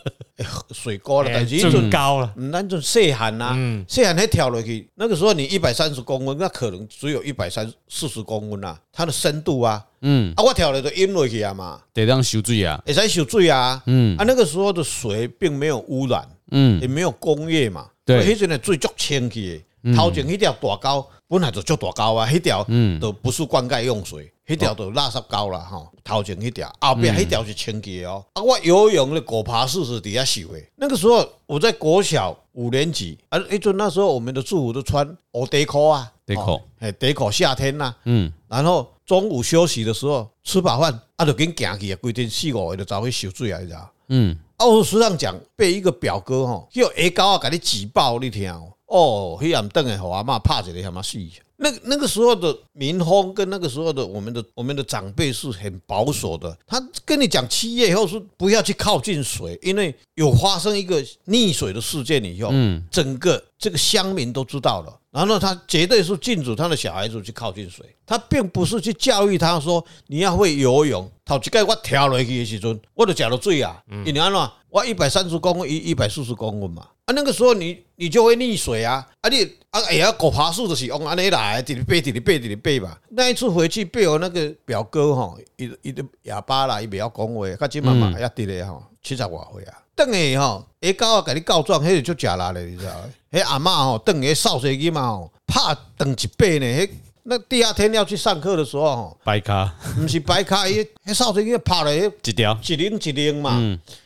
Speaker 4: 水沟了，但是那
Speaker 2: 最
Speaker 4: 阵
Speaker 2: 高了，
Speaker 4: 那阵细汉呐，细汉还跳落去，那个时候你一百三十公分，那可能只有一百三四十公分啊，它的深度啊，
Speaker 3: 嗯，
Speaker 4: 啊，我跳了就淹落去啊嘛，
Speaker 3: 得让修水啊，
Speaker 4: 也在受罪啊，
Speaker 3: 嗯
Speaker 4: 啊，那个时候的水并没有污染，
Speaker 3: 嗯，
Speaker 4: 也没有工业嘛，
Speaker 3: 对嗯
Speaker 4: 所以迄阵的水足清气的，头前迄条大沟本来就足大沟啊，迄条
Speaker 3: 嗯
Speaker 4: 就不是灌溉用水，迄条就垃圾沟啦吼，头前迄条，后
Speaker 3: 嗯
Speaker 4: 边迄条是清气的哦。啊，我游泳的狗爬式是底下洗的，那个时候我在国小五年级，啊，迄阵那时候我们的制服都穿黑底裤啊，
Speaker 3: 得口，
Speaker 4: 哎，底裤夏天呐、
Speaker 3: 嗯，
Speaker 4: 然后中午休息的时候吃饱饭，啊，就紧行去啊，规定四五个就走去受水啊，你知道？
Speaker 3: 嗯，
Speaker 4: 啊，我实际上讲，被一个表哥吼，迄个下高啊，给你挤爆，你听哦，哦，迄暗顿诶，互阿嬷拍一个他妈死。那个那个时候的民风跟那个时候的我们的我们的长辈是很保守的，他跟你讲七月以后是不要去靠近水，因为有发生一个溺水的事件以后，嗯，整个这个乡民都知道了，然后他绝对是禁止他的小孩子去靠近水，他并不是去教育他说你要会游泳。头一届我跳落去的时阵，我就食到水啊，因为安怎我一百三十公分，一一百四十公分嘛，啊那个时候你你就会溺水啊，啊你啊哎呀狗爬树就是往安尼来，直直背直直背直直背嘛。那一次回去被我那个表哥吼，伊伊都哑巴啦，伊袂晓讲话，较即慢慢也直咧吼，七十外岁啊。等下吼，下狗啊，甲你告状，迄个就食力咧，你知道？迄阿嬷吼，等下扫水机嘛吼，拍断一背呢。迄那第二天要去上课的时候吼，
Speaker 3: 白 卡
Speaker 4: 毋是白卡，伊迄扫水机拍咧，
Speaker 3: 一条，
Speaker 4: 一零一零嘛。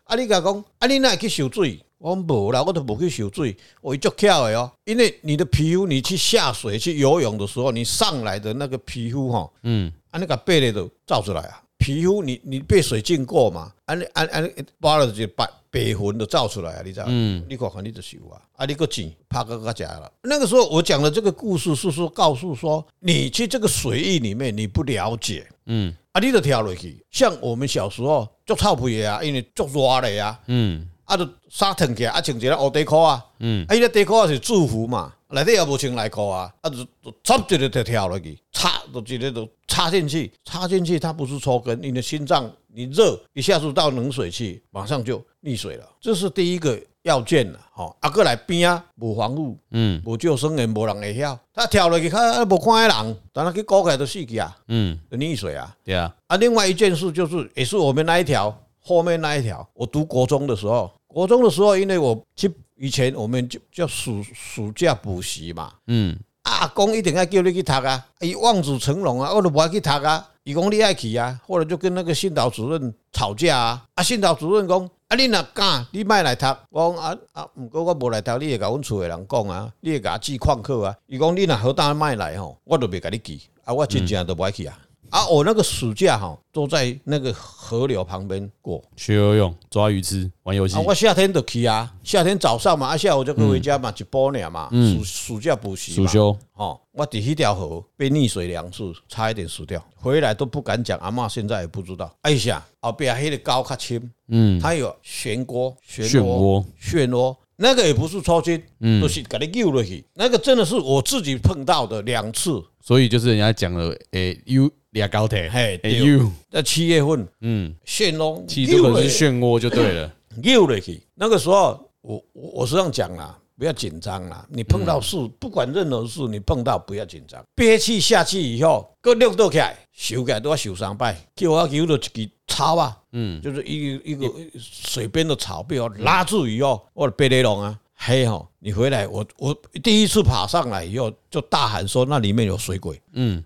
Speaker 4: 啊，你甲讲，啊，你哪会去受罪？我讲无啦，我都无去受罪。我足巧的哦，因为你的皮肤，你去下水去游泳的时候，你上来的那个皮肤吼，
Speaker 3: 嗯，
Speaker 4: 啊，那个背咧都照出来啊。皮肤你你被水浸过嘛？啊你啊啊，扒了就白白魂都照出来啊！你知道？嗯，你看看你就有啊！啊，你个井拍个个假了。那个时候我讲的这个故事是说，告诉说你去这个水域里面你不了解，
Speaker 3: 嗯
Speaker 4: 啊，你就跳落去。像我们小时候足臭屁的啊，因为足热的啊，
Speaker 3: 嗯
Speaker 4: 啊，就衫脱起来，啊，穿一个黑底裤啊，
Speaker 3: 嗯，
Speaker 4: 啊，伊个底裤啊是制服嘛，内底也无穿内裤啊，啊，就就插一个就跳落去，插就一个就插进去，插进去它不是抽根，你的心脏你热一下子到冷水去，马上就溺水了，这是第一个要件了，吼，啊，过来边啊无防护，
Speaker 3: 嗯
Speaker 4: 无救生员，无人会晓，他跳落去，他无看迄人，等下去高起来就死去啊，
Speaker 3: 嗯，
Speaker 4: 就溺水啊。
Speaker 3: 对啊，
Speaker 4: 啊，另外一件事就是，也是我们那一条后面那一条，我读国中的时候，国中的时候，因为我去以前我们就叫暑暑假补习嘛，
Speaker 3: 嗯
Speaker 4: 啊，阿公一定要叫你去读啊，伊望子成龙啊，我都不爱去读啊，伊讲你爱去啊，后来就跟那个训导主任吵架啊，啊，训导主任讲。啊！你若敢，你莫来读。我讲啊啊，毋过我无来读，你会甲阮厝诶人讲啊，你会甲我记旷课啊。伊讲你若好胆莫来吼，我都袂甲你记。啊，我真正都无爱去啊。啊，我那个暑假哈都在那个河流旁边过。
Speaker 3: 学游泳、抓鱼吃、玩游戏
Speaker 4: 啊，，我夏天就去啊，夏天早上嘛，啊下午就可以回家嘛，一波年嘛，暑暑假补习
Speaker 3: 暑
Speaker 4: 嘛。
Speaker 3: 修，
Speaker 4: 哦，我伫迄条河被溺水两次，差一点死掉，回来都不敢讲。阿嬷现在也不知道。哎呀，后壁迄个沟较深，
Speaker 3: 嗯，
Speaker 4: 它有漩涡，漩
Speaker 3: 漩涡，
Speaker 4: 漩涡，那个也不是抽筋，嗯，就是给你救落去。那个真的是我自己碰到的两次。
Speaker 3: 所以就是人家讲的，诶，U 俩高铁，
Speaker 4: 嘿，
Speaker 3: 诶
Speaker 4: 对，
Speaker 3: ，U，
Speaker 4: 在七月份
Speaker 3: 嗯，
Speaker 4: 漩涡，
Speaker 3: 其实这
Speaker 4: 救
Speaker 3: 个
Speaker 4: 下
Speaker 3: 是
Speaker 4: 去
Speaker 3: 漩涡就对了，
Speaker 4: 溜了去。那个时候，我我我是这样讲啦，不要紧张啦。你碰到事，不管任何事，你碰到不要紧张，憋气下去以后，搁溜倒起来，收起来都要收三摆，叫我游了一支草啊，嗯，就是一个一个水边的草被我拉住以后，我就被雷龙啊。嘿吼，你回来，我我第一次爬上来以后，就大喊说那里面有水鬼。
Speaker 3: 嗯，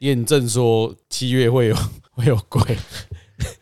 Speaker 3: 验证说七月会有 会有鬼，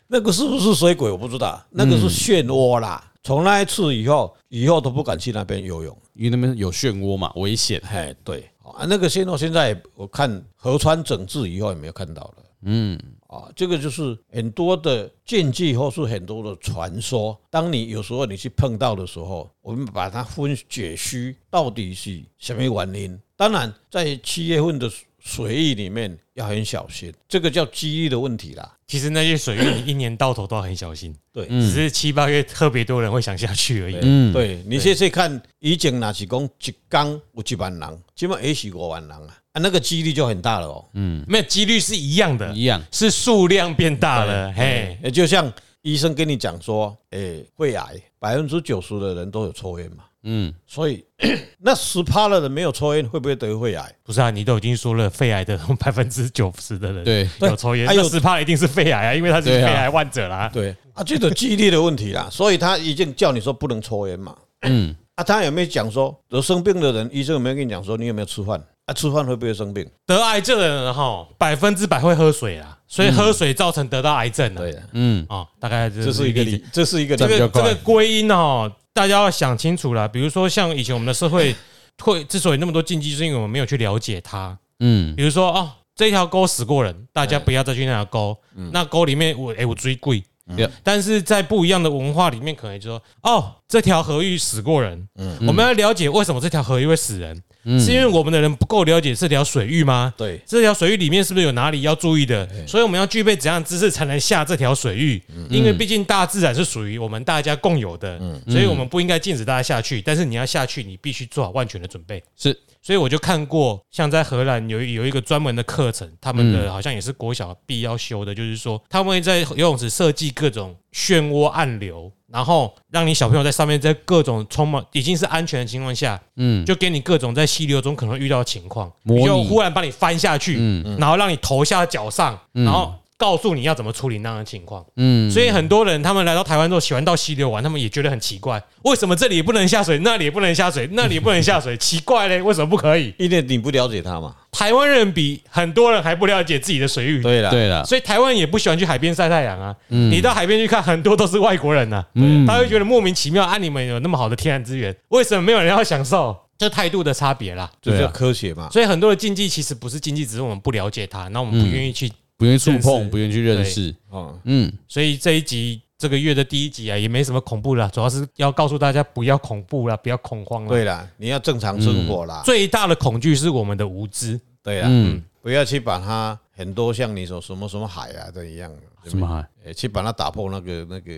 Speaker 4: 那个是不是水鬼我不知道，那个是漩涡啦。从那一次以后，以后都不敢去那边游泳。
Speaker 3: 因为那边有漩涡嘛，危险，
Speaker 4: 哎，对啊，那个现在现在我看河川整治以后也没有看到了。
Speaker 3: 嗯，
Speaker 4: 啊，这个就是很多的禁忌，或是很多的传说。当你有时候你去碰到的时候，我们把它分解析，到底是什么原因？当然，在七月份的水域里面要很小心，这个叫机遇的问题啦。
Speaker 2: 其实那些水域你一年到头都要很小心，
Speaker 4: 对，
Speaker 2: 只是七八月特别多人会想下去而已。
Speaker 4: 嗯，对你试试看，以前那是讲一缸有一万人，今晚也许五万人啊，啊，那个几率就很大了哦。
Speaker 2: 没有几率是一样的，
Speaker 3: 一样
Speaker 2: 是数量变大了。嘿，
Speaker 4: 也就像医生跟你讲说，诶，肺癌百分之九十的人都有抽烟嘛，
Speaker 3: 嗯，
Speaker 4: 所以 那十趴的人没有抽烟，会不会得肺癌？
Speaker 2: 不是啊，你都已经说了，肺癌的 百分之九十的人
Speaker 3: 对
Speaker 2: 有抽烟，
Speaker 4: 还
Speaker 2: 那
Speaker 4: 有
Speaker 2: 十趴一定是肺癌啊，因为他是
Speaker 3: 对
Speaker 2: 肺
Speaker 3: 啊
Speaker 2: 癌患者啦。
Speaker 4: 对啊，这个几率的问题啦，所以他已经叫你说不能抽烟嘛。
Speaker 3: 嗯，
Speaker 4: 啊，他有没有讲说得生病的人，医生有没有跟你讲说你有没有吃饭？啊，吃饭会不会生病？
Speaker 2: 得癌症的人哈，百分之百会喝水啦，所以喝水造成得到癌症啊。
Speaker 4: 对的，
Speaker 3: 嗯，
Speaker 2: 哦，大概这
Speaker 4: 这是一个
Speaker 2: 例子
Speaker 4: 理，这是一个
Speaker 2: 这
Speaker 4: 理。
Speaker 2: 个
Speaker 3: 比较
Speaker 2: 这
Speaker 3: 快
Speaker 2: 个归因哦，大家要想清楚啦。比如说像以前我们的社会会之所以那么多禁忌，就是因为我们没有去了解它。
Speaker 3: 嗯，
Speaker 2: 比如说哦，这条沟死过人，大家不要再去那条沟。那沟里面我哎我追贵
Speaker 3: 对，
Speaker 2: 但是在不一样的文化里面，可能就说哦，这条河域死过人。我们要了解为什么这条河域会死人，
Speaker 3: 嗯
Speaker 2: 是因为我们的人不够了解这条水域吗？
Speaker 4: 对，
Speaker 2: 这条水域里面是不是有哪里要注意的？所以我们要具备怎样的知识才能下这条水域？因为毕竟大自然是属于我们大家共有的，所以我们不应该禁止大家下去。但是你要下去，你必须做好万全的准备。
Speaker 3: 是，
Speaker 2: 所以我就看过，像在荷兰有有一个专门的课程，他们
Speaker 3: 嗯
Speaker 2: 的好像也是国小必要修的，就是说他们会在游泳池设计各种漩涡暗流，然后让你小朋友在上面在各种充满已经是安全的情况下，
Speaker 3: 嗯，
Speaker 2: 就给你各种在溪流中可能会遇到的情况，
Speaker 3: 模拟嗯
Speaker 2: 就忽然把你翻下去，然后让你头下脚上，然后告诉你要怎么处理那样的情况。
Speaker 3: 嗯，
Speaker 2: 所以很多人他们来到台湾之后，喜欢到溪流玩，他们也觉得很奇怪，为什么这里也不能下水，那里也不能下水，那里也不能下水，奇怪嘞，为什么不可以？
Speaker 4: 因为你不了解他嘛。
Speaker 2: 台湾人比很多人还不了解自己的水域，
Speaker 4: 对啦，
Speaker 3: 对了，
Speaker 2: 所以台湾也不喜欢去海边晒太阳啊。你到海边去看，很多都是外国人呐、啊
Speaker 3: 嗯
Speaker 2: 他会觉得莫名其妙，啊，你们有那么好的天然资源，为什么没有人要享受？ 这态度的差别啦。
Speaker 4: 这
Speaker 3: 对
Speaker 4: 叫
Speaker 3: 啊
Speaker 4: 科学嘛。
Speaker 2: 所以很多的禁忌其实不是禁忌，只是我们不了解它，那我们不愿意去。
Speaker 3: 不愿意触
Speaker 2: 认识
Speaker 3: 碰，不愿意去认识，
Speaker 4: 哦，
Speaker 3: 嗯，
Speaker 2: 所以这一集这个月的第一集啊，也没什么恐怖啦，主要是要告诉大家不要恐怖啦，不要恐慌啦。
Speaker 4: 对啦，你要正常生活啦。
Speaker 2: 最大的恐惧是我们的无知。
Speaker 4: 对啊啦，
Speaker 3: 嗯，
Speaker 4: 不要去把它很多像你说什么什么海啊这一样，
Speaker 3: 什么海？
Speaker 4: 呃去把它打破那个那个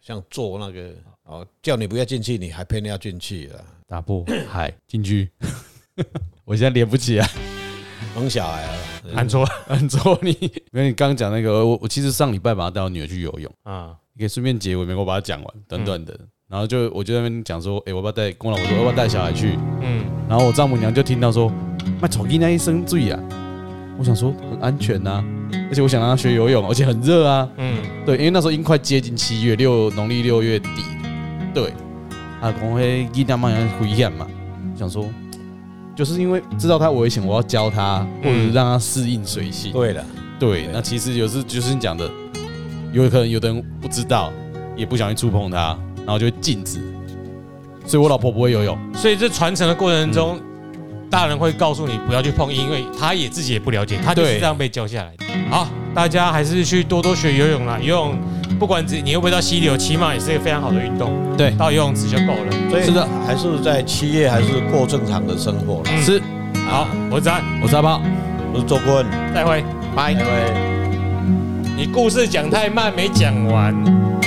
Speaker 4: 像做那个哦，叫你不要进去，你还偏要进去啊，
Speaker 3: 打破海进 去，我现在连不起来。
Speaker 4: 萌小孩啊，
Speaker 2: 按错
Speaker 3: 很错你，没有你刚刚讲那个，我我其实上礼拜把他带我女儿去游泳，
Speaker 2: 啊，
Speaker 3: 你可以顺便结尾，没我把它讲完，短短
Speaker 4: 嗯
Speaker 3: 的。然后就我就在那边讲说，哎、我要不要带跟我老婆说，要不要带小孩去？
Speaker 2: 嗯，
Speaker 3: 然后我丈母娘就听到说，卖草地那一生醉啊！我想说很安全呐、啊而且我想让她学游泳，而且很热啊。
Speaker 2: 嗯
Speaker 3: 对，因为那时候已经快接近七月六，农历六月底。对，啊，讲嘿，伊大妈人危险嘛，想说就是因为知道她危险，我要教她，或者是让她适应水性。
Speaker 4: 对了，
Speaker 3: 对，
Speaker 4: 对
Speaker 3: 那其实有时就是你讲的，有可能有的人不知道，也不想去触碰它，然后就会禁止。所以我老婆不会游泳，
Speaker 2: 所以这传承的过程中，大人会告诉你不要去碰，因为他也自己也不了解，他就是
Speaker 3: 对
Speaker 2: 这样被教下来的。好，大家还是去多多学游泳啦，游泳不管你会不会到溪流，起码也是一个非常好的运动，
Speaker 3: 对
Speaker 2: 到游泳池就够了。
Speaker 4: 所以
Speaker 3: 是的
Speaker 4: 还是在七月还是过正常的生活啦。
Speaker 3: 是
Speaker 2: 好，我是安，
Speaker 3: 我是阿炮，
Speaker 4: 我是周坤，
Speaker 2: 再会。
Speaker 3: 拜。
Speaker 4: 拜拜。
Speaker 2: 你故事讲太慢，没讲完。